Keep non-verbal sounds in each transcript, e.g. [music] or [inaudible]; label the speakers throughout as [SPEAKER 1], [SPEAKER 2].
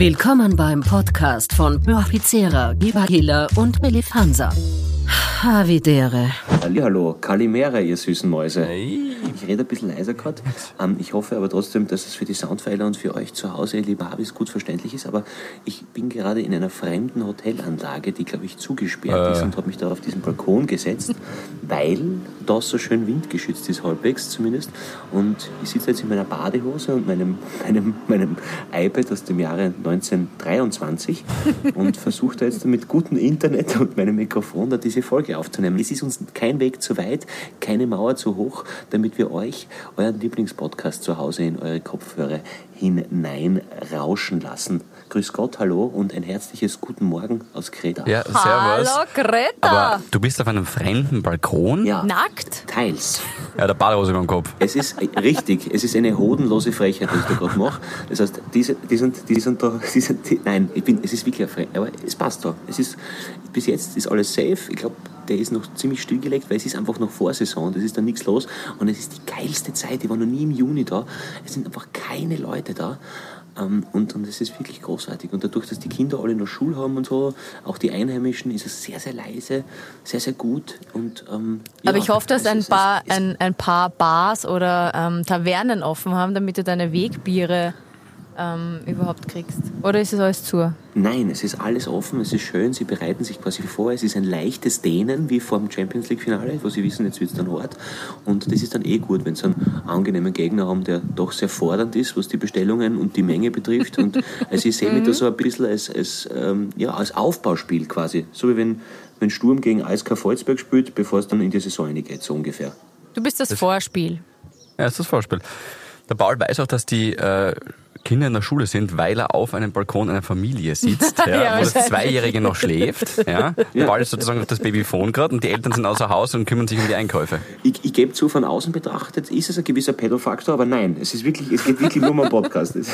[SPEAKER 1] Willkommen beim Podcast von Boafizera, Gibakila und Melif Hansa. Havidere.
[SPEAKER 2] Hallihallo, Kalimere, ihr süßen Mäuse. Ich rede ein bisschen leiser gerade. Ähm, ich hoffe aber trotzdem, dass es für die Soundpfeiler und für euch zu Hause, liebe Avis, gut verständlich ist. Aber ich bin gerade in einer fremden Hotelanlage, die, glaube ich, zugesperrt ist und habe mich da auf diesen Balkon gesetzt, weil das so schön windgeschützt ist, halbwegs zumindest. Und ich sitze jetzt in meiner Badehose und meinem, meinem, meinem iPad aus dem Jahre 1923 und versuche da jetzt mit gutem Internet und meinem Mikrofon da diese Folge aufzunehmen. Es ist uns kein Weg zu weit, keine Mauer zu hoch, damit wir euch euren Lieblingspodcast zu Hause in eure Kopfhörer hineinrauschen lassen. Grüß Gott, hallo und ein herzliches Guten Morgen aus Kreta.
[SPEAKER 3] Ja, servus.
[SPEAKER 4] Hallo Greta!
[SPEAKER 3] Aber du bist auf einem fremden Balkon?
[SPEAKER 2] Ja,
[SPEAKER 4] Nackt?
[SPEAKER 2] teils.
[SPEAKER 3] Ja, der Badehose über dem Kopf.
[SPEAKER 2] Es ist richtig, es ist eine hodenlose Frechheit, was ich da gerade mache. Das heißt, diese, die sind, die sind da, die sind, die, nein, ich bin, es ist wirklich eine Frechheit, aber es passt da. Es ist, bis jetzt ist alles safe. Ich glaube, der ist noch ziemlich stillgelegt, weil es ist einfach noch Vorsaison und es ist da nichts los. Und es ist die geilste Zeit. Ich war noch nie im Juni da. Es sind einfach keine Leute da. Ähm, Und, und es ist wirklich großartig. Und dadurch, dass die Kinder alle noch Schul haben und so, auch die Einheimischen, ist es sehr, sehr leise, sehr, sehr gut. Und, ähm,
[SPEAKER 4] Aber
[SPEAKER 2] ja,
[SPEAKER 4] ich hoffe, dass
[SPEAKER 2] es
[SPEAKER 4] ein
[SPEAKER 2] ist-
[SPEAKER 4] paar,
[SPEAKER 2] es-
[SPEAKER 4] ein, ein paar Bars oder ähm, Tavernen offen haben, damit du deine Wegbiere ähm, überhaupt kriegst. Oder ist es alles zu?
[SPEAKER 2] Nein, es ist alles offen, es ist schön, sie bereiten sich quasi vor, es ist ein leichtes Dehnen, wie vor dem Champions League-Finale, wo sie wissen, jetzt wird es dann hart. Und das ist dann eh gut, wenn sie einen angenehmen Gegner haben, der doch sehr fordernd ist, was die Bestellungen und die Menge betrifft. Und also ich sehe mich da so ein bisschen als, als, ähm, ja, als Aufbauspiel quasi. So wie wenn, wenn Sturm gegen ASK Volzberg spielt, bevor es dann in die Saison reingeht, so ungefähr.
[SPEAKER 4] Du bist das, Vorspiel.
[SPEAKER 3] Ja, ist das Vorspiel. Der Paul weiß auch, dass die äh, Kinder in der Schule sind, weil er auf einem Balkon einer Familie sitzt, ja,
[SPEAKER 4] Ja,
[SPEAKER 3] wo das
[SPEAKER 4] wahrscheinlich.
[SPEAKER 3] Zweijährige noch schläft. Ja. Der Paul ist sozusagen auf das Babyphone gerade und die Eltern sind außer Haus und kümmern sich um die Einkäufe.
[SPEAKER 2] Ich, ich gebe zu, von außen betrachtet ist es ein gewisser Pedofaktor, aber nein, es, ist wirklich, es geht wirklich nur um einen Podcast. Es-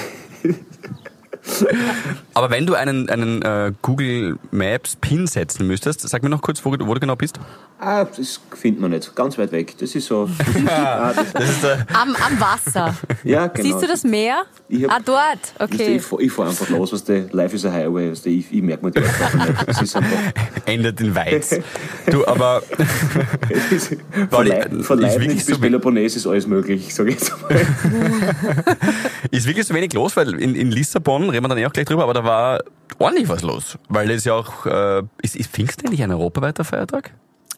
[SPEAKER 3] Aber wenn du einen, einen äh, Google Maps Pin setzen müsstest, sag mir noch kurz, wo, wo du genau bist.
[SPEAKER 2] Ah, das findet man nicht. Ganz weit weg. Das ist
[SPEAKER 4] [laughs]
[SPEAKER 2] so. ah, das,
[SPEAKER 4] Am, am Wasser.
[SPEAKER 2] ja, [laughs] genau.
[SPEAKER 4] Siehst du das Meer?
[SPEAKER 2] Ich hab-
[SPEAKER 4] ah, dort. Okay.
[SPEAKER 2] Ich, fahr- ich fahre einfach los, was der Life is a Highway ist. Ich, ich merke mir die Ortschaften nicht. Das ist
[SPEAKER 4] [laughs]
[SPEAKER 2] einfach.
[SPEAKER 3] Endet in Weiz.
[SPEAKER 2] [laughs]
[SPEAKER 3] Du, aber
[SPEAKER 2] Das ist, von
[SPEAKER 3] Pauli,
[SPEAKER 2] Lei- von
[SPEAKER 3] ist
[SPEAKER 2] Leibniz
[SPEAKER 3] wirklich
[SPEAKER 2] bis
[SPEAKER 3] so-
[SPEAKER 2] Peloponnes ist alles möglich, sage ich jetzt mal.
[SPEAKER 3] ist wirklich so wenig los, weil in, in Lissabon, reden wir dann eh auch gleich drüber, aber da war ordentlich was los. Weil es ja auch, äh, ist, ist Pfingsten eigentlich ein europaweiter Feiertag?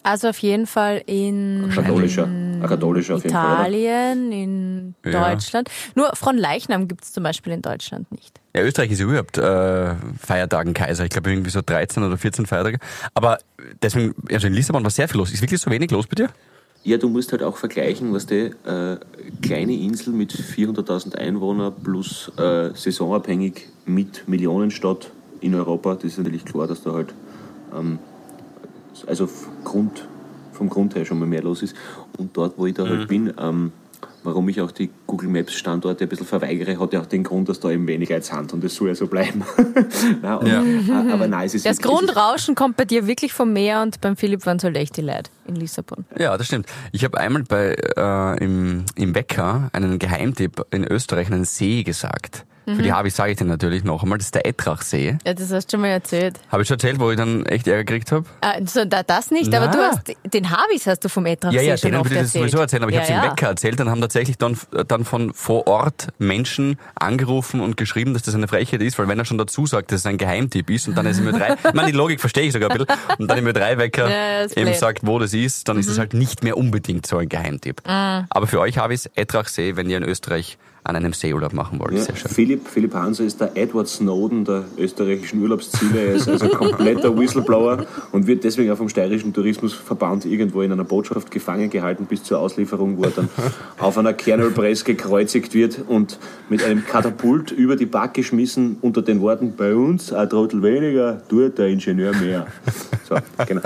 [SPEAKER 4] Also auf jeden Fall in
[SPEAKER 2] Katholischer. Ein katholischer auf jeden Fall. Oder?
[SPEAKER 4] Italien, in
[SPEAKER 3] Ja.
[SPEAKER 4] Deutschland. Nur von Leichnam gibt es zum Beispiel in Deutschland nicht.
[SPEAKER 3] Ja, Österreich ist überhaupt äh, Feiertagen Kaiser. Ich glaube irgendwie so 13 oder 14 Feiertage. Aber deswegen, also in Lissabon war sehr viel los. Ist wirklich so wenig los bei dir?
[SPEAKER 2] Ja, du musst halt auch vergleichen, was die äh, kleine Insel mit 400.000 Einwohnern plus äh, saisonabhängig mit Millionenstadt in Europa. Das ist natürlich klar, dass da halt also f- Grund, vom Grund her schon mal mehr los ist. Und dort, wo ich da halt bin, ähm, warum ich auch die Google Maps Standorte ein bisschen verweigere, hat ja auch den Grund, dass da eben weniger als Hand und das soll ja so bleiben. [laughs] nein, und,
[SPEAKER 3] Ja.
[SPEAKER 2] äh, aber nein, es ist
[SPEAKER 4] Das
[SPEAKER 2] wirklich- es ist-
[SPEAKER 4] Grundrauschen kommt bei dir wirklich vom Meer und beim Philipp waren so echt die Leute in Lissabon.
[SPEAKER 3] Ja, das stimmt. Ich habe einmal bei äh, im, im Wecker einen Geheimtipp in Österreich, einen See gesagt. Für die Havis sage ich dir natürlich noch einmal. Das ist der Ettrachsee.
[SPEAKER 4] Ja, das hast du schon mal erzählt.
[SPEAKER 3] Habe ich schon erzählt, wo ich dann echt Ärger gekriegt habe?
[SPEAKER 4] Äh, so, da, das nicht, aber
[SPEAKER 3] Na.
[SPEAKER 4] du hast den Havis hast du vom Etrach
[SPEAKER 3] Ja, ja,
[SPEAKER 4] schon
[SPEAKER 3] denen
[SPEAKER 4] oft
[SPEAKER 3] würde ich das
[SPEAKER 4] erzählt.
[SPEAKER 3] sowieso erzählen, aber ich
[SPEAKER 4] ja,
[SPEAKER 3] habe es im
[SPEAKER 4] ja.
[SPEAKER 3] Wecker erzählt und haben tatsächlich dann, dann von vor Ort Menschen angerufen und geschrieben, dass das eine Frechheit ist, weil wenn er schon dazu sagt, dass es ein Geheimtipp ist und dann ist im
[SPEAKER 4] [laughs]
[SPEAKER 3] Ö3, ich meine, die Logik verstehe ich sogar ein bisschen, und dann im Ö3-Wecker
[SPEAKER 4] Ja, ist
[SPEAKER 3] eben
[SPEAKER 4] blöd. Mhm.
[SPEAKER 3] sagt, wo das ist, dann ist es halt nicht mehr unbedingt so ein Geheimtipp. Aber für euch habe ich es, Ettrachsee, wenn ihr in Österreich an einem Seeurlaub machen wollt,
[SPEAKER 2] Ja,
[SPEAKER 3] sehr schön.
[SPEAKER 2] Philipp, Philipp Hanser ist der Edward Snowden der österreichischen Urlaubsziele. Er ist also ein kompletter Whistleblower und wird deswegen auch vom steirischen Tourismusverband irgendwo in einer Botschaft gefangen gehalten bis zur Auslieferung, wo er dann auf einer Kernel Press gekreuzigt wird und mit einem Katapult über die Back geschmissen unter den Worten bei uns ein Trottel weniger, tut der Ingenieur mehr. So, genau.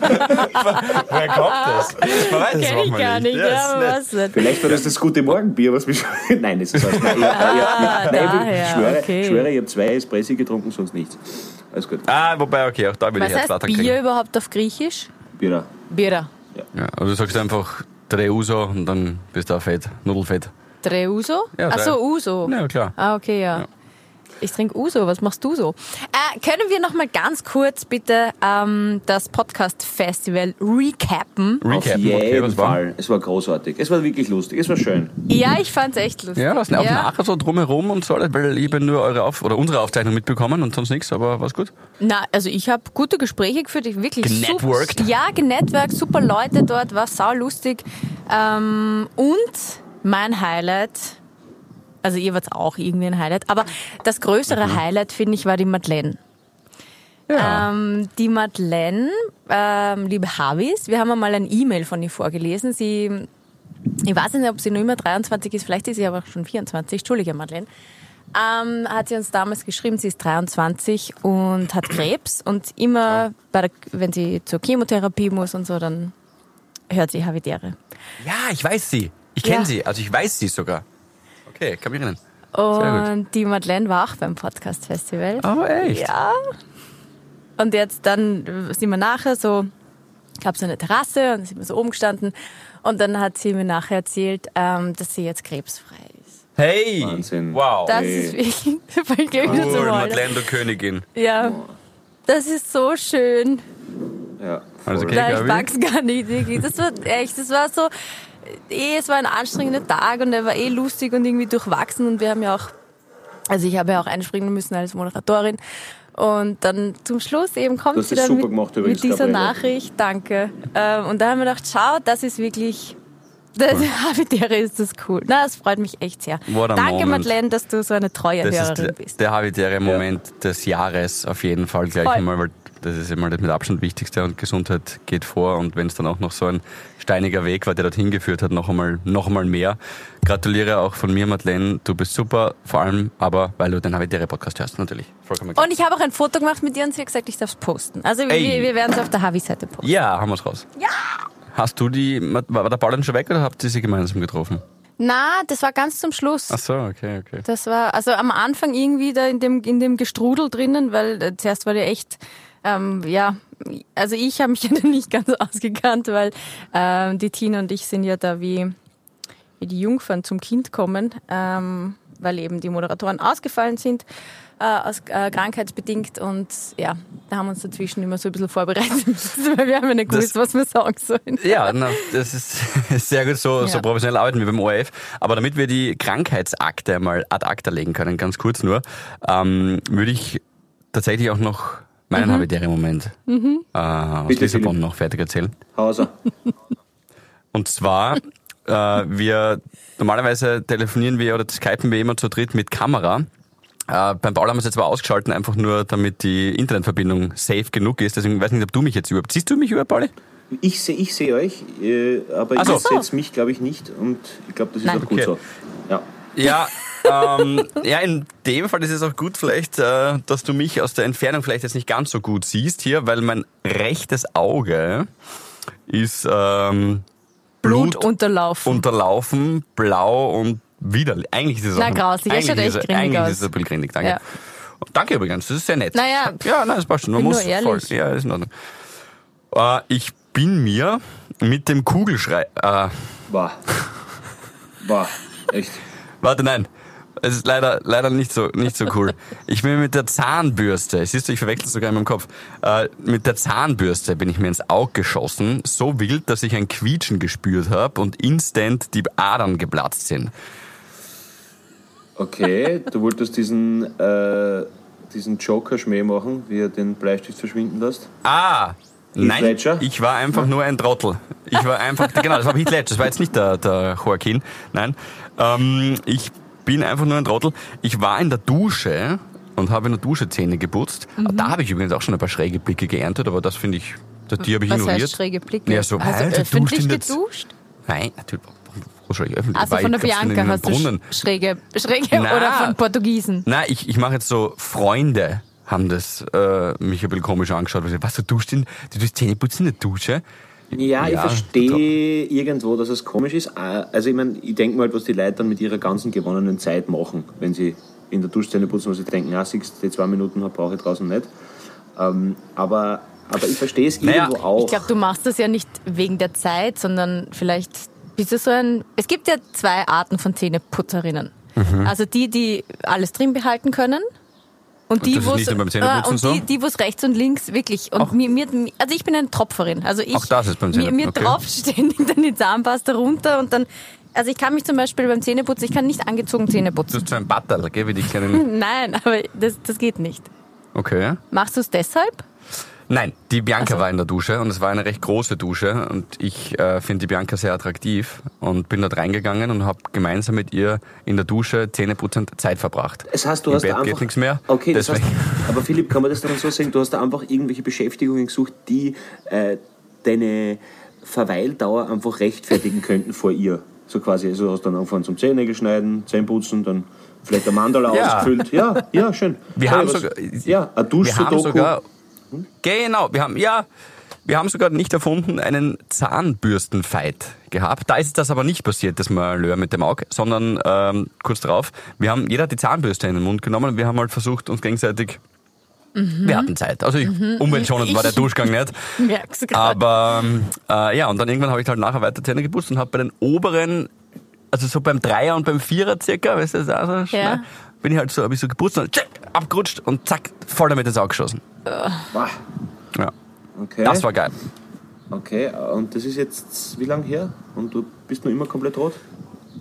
[SPEAKER 3] Wer kommt das? Man weiß
[SPEAKER 4] [laughs] Kenn ich gar nicht, ja, aber was nicht.
[SPEAKER 2] Vielleicht war das das gute Morgenbier, was mich [laughs] schon... Nein, das ist alles. Nein, ich, nein, ich,
[SPEAKER 4] daher,
[SPEAKER 2] schwöre,
[SPEAKER 4] okay.
[SPEAKER 2] schwöre, ich habe zwei Espressi getrunken, sonst nichts. Alles gut.
[SPEAKER 3] Ah, wobei, okay, auch da will
[SPEAKER 4] Was
[SPEAKER 3] ich
[SPEAKER 4] heißt
[SPEAKER 3] Herzblattern
[SPEAKER 4] Bier
[SPEAKER 3] kriegen.
[SPEAKER 4] überhaupt auf Griechisch?
[SPEAKER 2] Bira.
[SPEAKER 4] Bira.
[SPEAKER 3] Ja, aber du sagst einfach, drei Uso und dann bist du auch fett, Nudelfett.
[SPEAKER 4] Dreuso?
[SPEAKER 3] Ja,
[SPEAKER 4] Ach so, Ah.
[SPEAKER 3] drei.
[SPEAKER 4] Uso.
[SPEAKER 3] Ja, klar.
[SPEAKER 4] Ah, okay, ja. Ich trinke Uso, was machst du so? Äh, können wir nochmal ganz kurz bitte ähm, das Podcast-Festival recappen?
[SPEAKER 2] Auf
[SPEAKER 3] Recappen,
[SPEAKER 2] jeden
[SPEAKER 3] okay, was war?
[SPEAKER 2] Fall. Es war großartig. Es war wirklich lustig. Es war schön.
[SPEAKER 4] Ja, ich fand's echt lustig.
[SPEAKER 3] Ja, was auch nachher so drumherum und so alles, weil ich bin nur eure Auf oder unsere Aufzeichnung mitbekommen und sonst nichts, aber war's gut.
[SPEAKER 4] Na, also ich habe gute Gespräche geführt, ich wirklich
[SPEAKER 3] Genetworked.
[SPEAKER 4] Super, ja, genetworked, super Leute dort, war sau lustig. Ähm, und mein Highlight, also ihr wart auch irgendwie ein Highlight, aber das größere Highlight finde ich war die Madeleine. Ähm, die Madeleine, ähm, liebe Havis, wir haben einmal ein E-Mail von ihr vorgelesen. Sie, ich weiß nicht, ob sie nur immer 23 ist, vielleicht ist sie aber auch schon 24. Entschuldige, Madeleine. Ähm, hat sie uns damals geschrieben, sie ist 23 und hat Krebs und immer, bei der, wenn sie zur Chemotherapie muss und so, dann hört sie Havidere.
[SPEAKER 3] Ja, ich weiß sie. Ich kenne
[SPEAKER 4] Ja.
[SPEAKER 3] sie. Also ich weiß sie sogar. Okay, kann mich erinnern. Sehr
[SPEAKER 4] Und die Madeleine war auch beim Podcast-Festival.
[SPEAKER 3] Aber echt?
[SPEAKER 4] Ja. Und jetzt dann äh, sind wir nachher so, gab so eine Terrasse und sind wir so oben gestanden. Und dann hat sie mir nachher erzählt, ähm, dass sie jetzt krebsfrei ist.
[SPEAKER 3] Hey!
[SPEAKER 2] Wahnsinn.
[SPEAKER 3] Wow.
[SPEAKER 4] Das
[SPEAKER 2] Hey.
[SPEAKER 4] ist wirklich [laughs] voll Glück dazu.
[SPEAKER 3] Oh. cool,
[SPEAKER 4] Alter.
[SPEAKER 3] Madeleine, du Königin.
[SPEAKER 4] Ja. Das ist so schön.
[SPEAKER 2] Ja,
[SPEAKER 3] Also
[SPEAKER 2] voll.
[SPEAKER 3] okay.
[SPEAKER 4] Nein,
[SPEAKER 3] Gabi?
[SPEAKER 4] ich pack's gar nicht. wirklich. Das war echt, das war so, eh, es war ein anstrengender Tag und er war eh lustig und irgendwie durchwachsen und wir haben ja auch, also ich habe ja auch einspringen müssen als Moderatorin und dann zum Schluss eben kommt
[SPEAKER 2] Du hast
[SPEAKER 4] sie
[SPEAKER 2] das
[SPEAKER 4] dann
[SPEAKER 2] super
[SPEAKER 4] mit,
[SPEAKER 2] gemacht übrigens,
[SPEAKER 4] mit dieser
[SPEAKER 2] Gabriele.
[SPEAKER 4] Nachricht, danke. Ähm, und da haben wir gedacht, schau, das ist wirklich, das, [laughs] Habitäre ist das cool. Na, das freut mich echt sehr.
[SPEAKER 3] What a
[SPEAKER 4] Danke,
[SPEAKER 3] moment.
[SPEAKER 4] Madeleine, dass du so eine treue
[SPEAKER 3] Das
[SPEAKER 4] Hörerin
[SPEAKER 3] ist
[SPEAKER 4] bist.
[SPEAKER 3] der, der habitäre Moment des Jahres auf jeden Fall gleich
[SPEAKER 4] Voll.
[SPEAKER 3] einmal, weil das ist immer das mit Abstand Wichtigste und Gesundheit geht vor und wenn es dann auch noch so ein steiniger Weg war, der dorthin geführt hat, noch einmal, noch einmal mehr. Gratuliere auch von mir, Madeleine, du bist super, vor allem aber, weil du den habitäre Podcast hörst, natürlich. Vollkommen klar.
[SPEAKER 4] Und ich habe auch ein Foto gemacht mit dir und sie hat gesagt, ich darf es posten. Also
[SPEAKER 3] Ey.
[SPEAKER 4] wir, wir werden es auf der Havi-Seite posten.
[SPEAKER 3] Ja, haben wir's raus. Ja! Hast du die, war der Paul dann schon weg oder habt ihr sie gemeinsam getroffen?
[SPEAKER 4] Na, das war ganz zum Schluss.
[SPEAKER 3] Ach so, okay, okay.
[SPEAKER 4] Das war also am Anfang irgendwie da in dem in dem Gestrudel drinnen, weil äh, zuerst war der echt ähm, ja, also ich habe mich [laughs] ja dann nicht ganz ausgekannt, weil ähm, die Tina und ich sind ja da wie, wie die Jungfern zum Kind kommen, ähm, weil eben die Moderatoren ausgefallen sind, äh, aus, äh, krankheitsbedingt und ja, da haben wir uns dazwischen immer so ein bisschen vorbereitet, [laughs] müssen, weil wir haben ja nicht gewusst, was wir sagen sollen.
[SPEAKER 3] Ja, na, das ist [laughs] sehr gut, so, so
[SPEAKER 4] Ja.
[SPEAKER 3] professionell arbeiten wir beim ORF. Aber damit wir die Krankheitsakte mal ad acta legen können, ganz kurz nur, ähm, würde ich tatsächlich auch noch meinen mhm. Habitäre-Moment äh, aus
[SPEAKER 2] Bitte,
[SPEAKER 3] Lissabon
[SPEAKER 2] Philipp.
[SPEAKER 3] noch fertig erzählen.
[SPEAKER 2] Hauser.
[SPEAKER 3] Und zwar, äh, wir normalerweise telefonieren wir oder skypen wir immer zu dritt mit Kamera. Äh, beim Paul haben wir es jetzt aber ausgeschalten, einfach nur damit die Internetverbindung safe genug ist. Deswegen weiß ich nicht, ob du mich jetzt überhaupt. Siehst du mich über, Pauli?
[SPEAKER 2] Ich sehe ich seh euch, äh, aber
[SPEAKER 3] Ach so.
[SPEAKER 2] ihr seht mich, glaube ich, nicht. Und ich glaube, das ist
[SPEAKER 4] Nein.
[SPEAKER 2] auch gut
[SPEAKER 3] Okay.
[SPEAKER 2] so. Ja.
[SPEAKER 3] Ja, ähm, ja, in dem Fall ist es auch gut vielleicht, äh, dass du mich aus der Entfernung vielleicht jetzt nicht ganz so gut siehst hier, weil mein rechtes Auge ist ähm, Blut
[SPEAKER 4] Blutunterlauf.
[SPEAKER 3] unterlaufen, blau und widerlich. Eigentlich ist es
[SPEAKER 4] Na,
[SPEAKER 3] auch-
[SPEAKER 4] grauslich. Es
[SPEAKER 3] Eigentlich
[SPEAKER 4] schaut echt
[SPEAKER 3] ist es-
[SPEAKER 4] grimmig
[SPEAKER 3] Eigentlich
[SPEAKER 4] aus.
[SPEAKER 3] ist es ein bisschen grimmig, danke.
[SPEAKER 4] Ja.
[SPEAKER 3] Danke übrigens, das ist sehr nett.
[SPEAKER 4] Naja,
[SPEAKER 3] ja, nein, das passt schon. Man
[SPEAKER 4] bin
[SPEAKER 3] muss
[SPEAKER 4] nur ehrlich.
[SPEAKER 3] voll. Ja, ist in Ordnung. Äh, ich bin mir mit dem Kugelschrei. Äh,
[SPEAKER 2] War. War. Echt.
[SPEAKER 3] Warte, nein. Es ist leider, leider nicht so, nicht so cool. Ich bin mit der Zahnbürste, siehst du, ich verwechsel es sogar in meinem Kopf. Äh, mit der Zahnbürste bin ich mir ins Auge geschossen, so wild, dass ich ein Quietschen gespürt habe und instant die Adern geplatzt sind.
[SPEAKER 2] Okay, du wolltest diesen, äh, diesen Joker-Schmäh machen, wie er den Bleistift verschwinden lässt.
[SPEAKER 3] Ah! Nein,
[SPEAKER 2] Ledger?
[SPEAKER 3] ich war einfach nur ein Trottel. Ich war einfach, genau, das war Heath Ledger, das war jetzt nicht der, der Joaquin, nein. Ähm, ich bin einfach nur ein Trottel. Ich war in der Dusche und habe in der Dusche Zähne geputzt.
[SPEAKER 4] Mhm.
[SPEAKER 3] Da habe ich übrigens auch schon ein paar schräge Blicke geerntet, aber das finde ich, die habe ich
[SPEAKER 4] Was
[SPEAKER 3] ignoriert.
[SPEAKER 4] heißt schräge Blicke?
[SPEAKER 3] Ja, so,
[SPEAKER 4] also
[SPEAKER 3] weil, du duscht
[SPEAKER 4] öffentlich
[SPEAKER 3] in der Z-
[SPEAKER 4] geduscht?
[SPEAKER 3] Nein, natürlich, wo soll ich öffentlich?
[SPEAKER 4] Also
[SPEAKER 3] Weil
[SPEAKER 4] von der
[SPEAKER 3] ich glaub, ich bin in
[SPEAKER 4] Bianca
[SPEAKER 3] einem
[SPEAKER 4] hast du
[SPEAKER 3] Brunnen.
[SPEAKER 4] sch- schräge, schräge
[SPEAKER 3] Na.
[SPEAKER 4] oder von Portugiesen.
[SPEAKER 3] Nein, ich, ich mache jetzt so Freunde haben das äh, mich ein bisschen komisch angeschaut. weil sie, Was, du duschst in, du tust Zähne putzen in der Dusche?
[SPEAKER 2] Ja, ich
[SPEAKER 3] Ja,
[SPEAKER 2] verstehe irgendwo, dass es komisch ist. Ah, Also ich meine, ich denke mal, was die Leute dann mit ihrer ganzen gewonnenen Zeit machen, wenn sie in der Duschzelle putzen, weil sie denken, ah, siehst du, die zwei Minuten brauche ich draußen nicht. Ähm, aber, aber ich verstehe es
[SPEAKER 3] Naja,
[SPEAKER 2] irgendwo auch.
[SPEAKER 4] Ich glaube, du machst das ja nicht wegen der Zeit, sondern vielleicht bist du so ein. Es
[SPEAKER 3] Mhm.
[SPEAKER 4] gibt ja zwei Arten von Zähneputzerinnen. Also die, die alles drin behalten können Und die,
[SPEAKER 3] das ist
[SPEAKER 4] wo's,
[SPEAKER 3] nicht nur beim Zähneputzen
[SPEAKER 4] und
[SPEAKER 3] so?
[SPEAKER 4] die, die wo's rechts und links, wirklich. Und mir, mir, also ich bin eine Tropferin. Also ich,
[SPEAKER 3] Auch das ist beim
[SPEAKER 4] mir, mir
[SPEAKER 3] Zähneputzen, okay.
[SPEAKER 4] tropft [laughs] ständig dann die Zahnpasta runter und dann, also ich kann mich zum Beispiel beim Zähneputzen, ich kann nicht angezogen Zähne
[SPEAKER 3] Du
[SPEAKER 4] putzen.
[SPEAKER 3] hast so ein Batterl, gell, wie die kleinen.
[SPEAKER 4] Nein, aber das, das geht nicht.
[SPEAKER 3] Okay.
[SPEAKER 4] Machst du es [laughs] deshalb?
[SPEAKER 3] Nein, die Bianca war in der Dusche und es war eine recht große Dusche und ich äh, finde die Bianca sehr attraktiv und bin dort reingegangen und habe gemeinsam mit ihr in der Dusche Zähneputzend Zeit verbracht.
[SPEAKER 2] Es heißt, du
[SPEAKER 3] Im
[SPEAKER 2] hast
[SPEAKER 3] Bett
[SPEAKER 2] da einfach,
[SPEAKER 3] geht nichts mehr.
[SPEAKER 2] Okay, das heißt,
[SPEAKER 3] deswegen.
[SPEAKER 2] aber Philipp, kann man das dann so sagen? Du hast da einfach irgendwelche Beschäftigungen gesucht, die äh, deine Verweildauer einfach rechtfertigen könnten vor ihr. So quasi, also hast dann angefangen zum Zähnägel schneiden, Zähneputzen, dann vielleicht ein Mandala
[SPEAKER 3] Ja.
[SPEAKER 2] ausgefüllt. Ja, ja, schön.
[SPEAKER 3] Wir
[SPEAKER 2] Hey,
[SPEAKER 3] haben
[SPEAKER 2] was- ja,
[SPEAKER 3] sogar-
[SPEAKER 2] Hm? ein
[SPEAKER 3] wir haben
[SPEAKER 2] Duschsudoku.
[SPEAKER 3] sogar. Genau, wir haben ja, wir haben sogar nicht erfunden einen Zahnbürstenfight gehabt. Da ist das aber nicht passiert, das Malheur mit dem Auge, sondern ähm, kurz drauf. Wir haben jeder hat die Zahnbürste in den Mund genommen und wir haben halt versucht uns gegenseitig. Wir hatten Zeit. Also ich, umweltschonend war der
[SPEAKER 4] Mhm. Ich-
[SPEAKER 3] Duschgang nicht.
[SPEAKER 4] Merk's gerade.
[SPEAKER 3] Aber ähm, äh, ja, und dann irgendwann habe ich halt nachher weiter Zähne geputzt und habe bei den oberen, also so beim Dreier und beim Vierer circa, weißt du, das ist auch so schnell,
[SPEAKER 4] Ja.
[SPEAKER 3] bin ich halt so, habe ich so geputzt und tschick, abgerutscht und zack, voll damit ins Auge geschossen.
[SPEAKER 2] Wah,
[SPEAKER 3] Ja.
[SPEAKER 2] Okay.
[SPEAKER 3] Das war geil.
[SPEAKER 2] Okay, und das ist jetzt wie lange her? Und du bist noch immer komplett rot?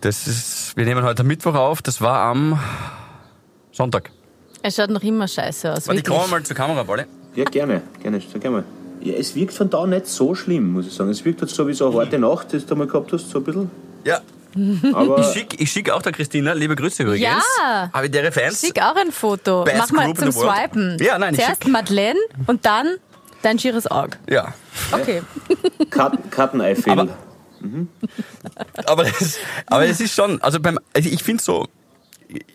[SPEAKER 3] Das ist, wir nehmen heute am Mittwoch auf, das war am Sonntag.
[SPEAKER 4] Es schaut noch immer scheiße aus.
[SPEAKER 3] Warte, ich
[SPEAKER 4] wirklich.
[SPEAKER 3] komme mal zur Kamera, Bolle.
[SPEAKER 2] Ja, gerne, gerne, sag einmal. Ja, es wirkt von da nicht so schlimm, muss ich sagen. Es wirkt jetzt so wie so eine harte Nacht, das du mal gehabt hast, so ein bisschen.
[SPEAKER 3] Ja. Ich
[SPEAKER 2] Aber
[SPEAKER 3] schicke ich schick auch der Christina, liebe Grüße übrigens.
[SPEAKER 4] Ja.
[SPEAKER 3] Habe ich deren Fans.
[SPEAKER 4] Schick auch ein Foto.
[SPEAKER 3] Best
[SPEAKER 4] Mach mal
[SPEAKER 3] group in
[SPEAKER 4] zum
[SPEAKER 3] the world.
[SPEAKER 4] Swipen.
[SPEAKER 3] Ja, nein, ich
[SPEAKER 4] Zuerst
[SPEAKER 3] schick-
[SPEAKER 4] Madeleine und dann dein schieres Auge.
[SPEAKER 3] Ja.
[SPEAKER 4] Okay.
[SPEAKER 2] Karten, Karteneifel.
[SPEAKER 3] Aber- [laughs] aber das, aber das ist schon, also beim, also ich finde so,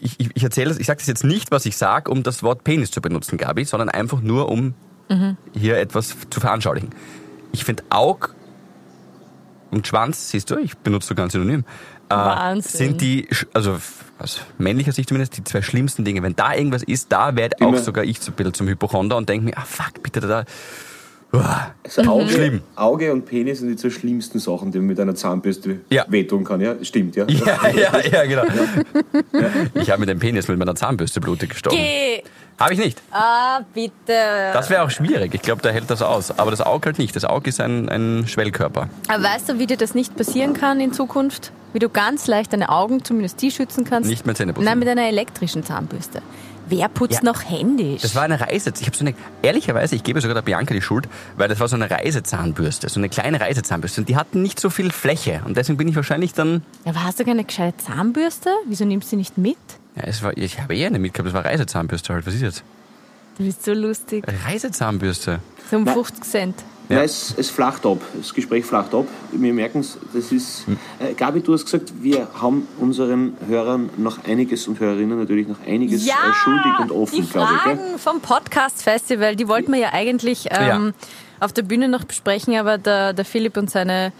[SPEAKER 3] ich, ich, ich erzähle das, ich sage das jetzt nicht, was ich sage, um das Wort Penis zu benutzen, Gabi, sondern einfach nur, um hier etwas zu veranschaulichen. Ich finde Aug und Schwanz, siehst du, ich benutze sogar ein Synonym, äh,
[SPEAKER 4] Wahnsinn.
[SPEAKER 3] sind die, sch- also f- aus männlicher Sicht zumindest, die zwei schlimmsten Dinge. Wenn da irgendwas ist, da werde auch
[SPEAKER 2] Immer.
[SPEAKER 3] sogar ich so ein bisschen zum Hypochonder und denke mir, ah fuck, bitte da, uah.
[SPEAKER 2] Also Auge,
[SPEAKER 3] Mhm. Schlimm.
[SPEAKER 2] Auge und Penis sind die zwei schlimmsten Sachen, die man mit einer Zahnbürste
[SPEAKER 3] Ja.
[SPEAKER 2] wehtun kann, ja? Stimmt, ja?
[SPEAKER 3] Ja, ja, ja, genau. Ich habe mir den Penis mit meiner Zahnbürste blutig gestochen.
[SPEAKER 4] Geh.
[SPEAKER 3] Habe ich nicht.
[SPEAKER 4] Ah, bitte.
[SPEAKER 3] Das wäre auch schwierig. Ich glaube, da hält das aus. Aber das Auge halt nicht. Das Auge ist ein, ein Schwellkörper.
[SPEAKER 4] Aber weißt du, wie dir das nicht passieren kann in Zukunft? Wie du ganz leicht deine Augen, zumindest die, schützen kannst?
[SPEAKER 3] Nicht mit Zähneputzen.
[SPEAKER 4] Nein, mit einer elektrischen Zahnbürste. Wer
[SPEAKER 3] Ja.
[SPEAKER 4] putzt noch händisch?
[SPEAKER 3] Das war eine Reise. Ich habe so eine, ehrlicherweise, ich gebe sogar der Bianca die Schuld, weil das war so eine Reisezahnbürste, so eine kleine Reisezahnbürste. Und die hatten nicht so viel Fläche. Und deswegen bin ich wahrscheinlich dann,
[SPEAKER 4] Aber hast du keine gescheite Zahnbürste? Wieso nimmst du die nicht mit?
[SPEAKER 3] ja, es war, ich habe eh eine mitgehabt, das war Reisezahnbürste halt. Was ist jetzt?
[SPEAKER 4] Du bist so lustig.
[SPEAKER 3] Reisezahnbürste.
[SPEAKER 4] So um
[SPEAKER 2] Nein.
[SPEAKER 4] 50 Cent.
[SPEAKER 2] Nein, es, es flacht ab. Das Gespräch flacht ab. Wir merken es, das ist.
[SPEAKER 3] Hm.
[SPEAKER 2] Äh, Gabi, du hast gesagt, wir haben unseren Hörern noch einiges und Hörerinnen natürlich noch einiges äh, schuldig und
[SPEAKER 4] die
[SPEAKER 2] offen, glaube ich.
[SPEAKER 4] Fragen
[SPEAKER 2] Gell?
[SPEAKER 4] vom Podcast-Festival, die wollten wir ja eigentlich ähm, auf der Bühne noch besprechen, aber der, der Philipp und seine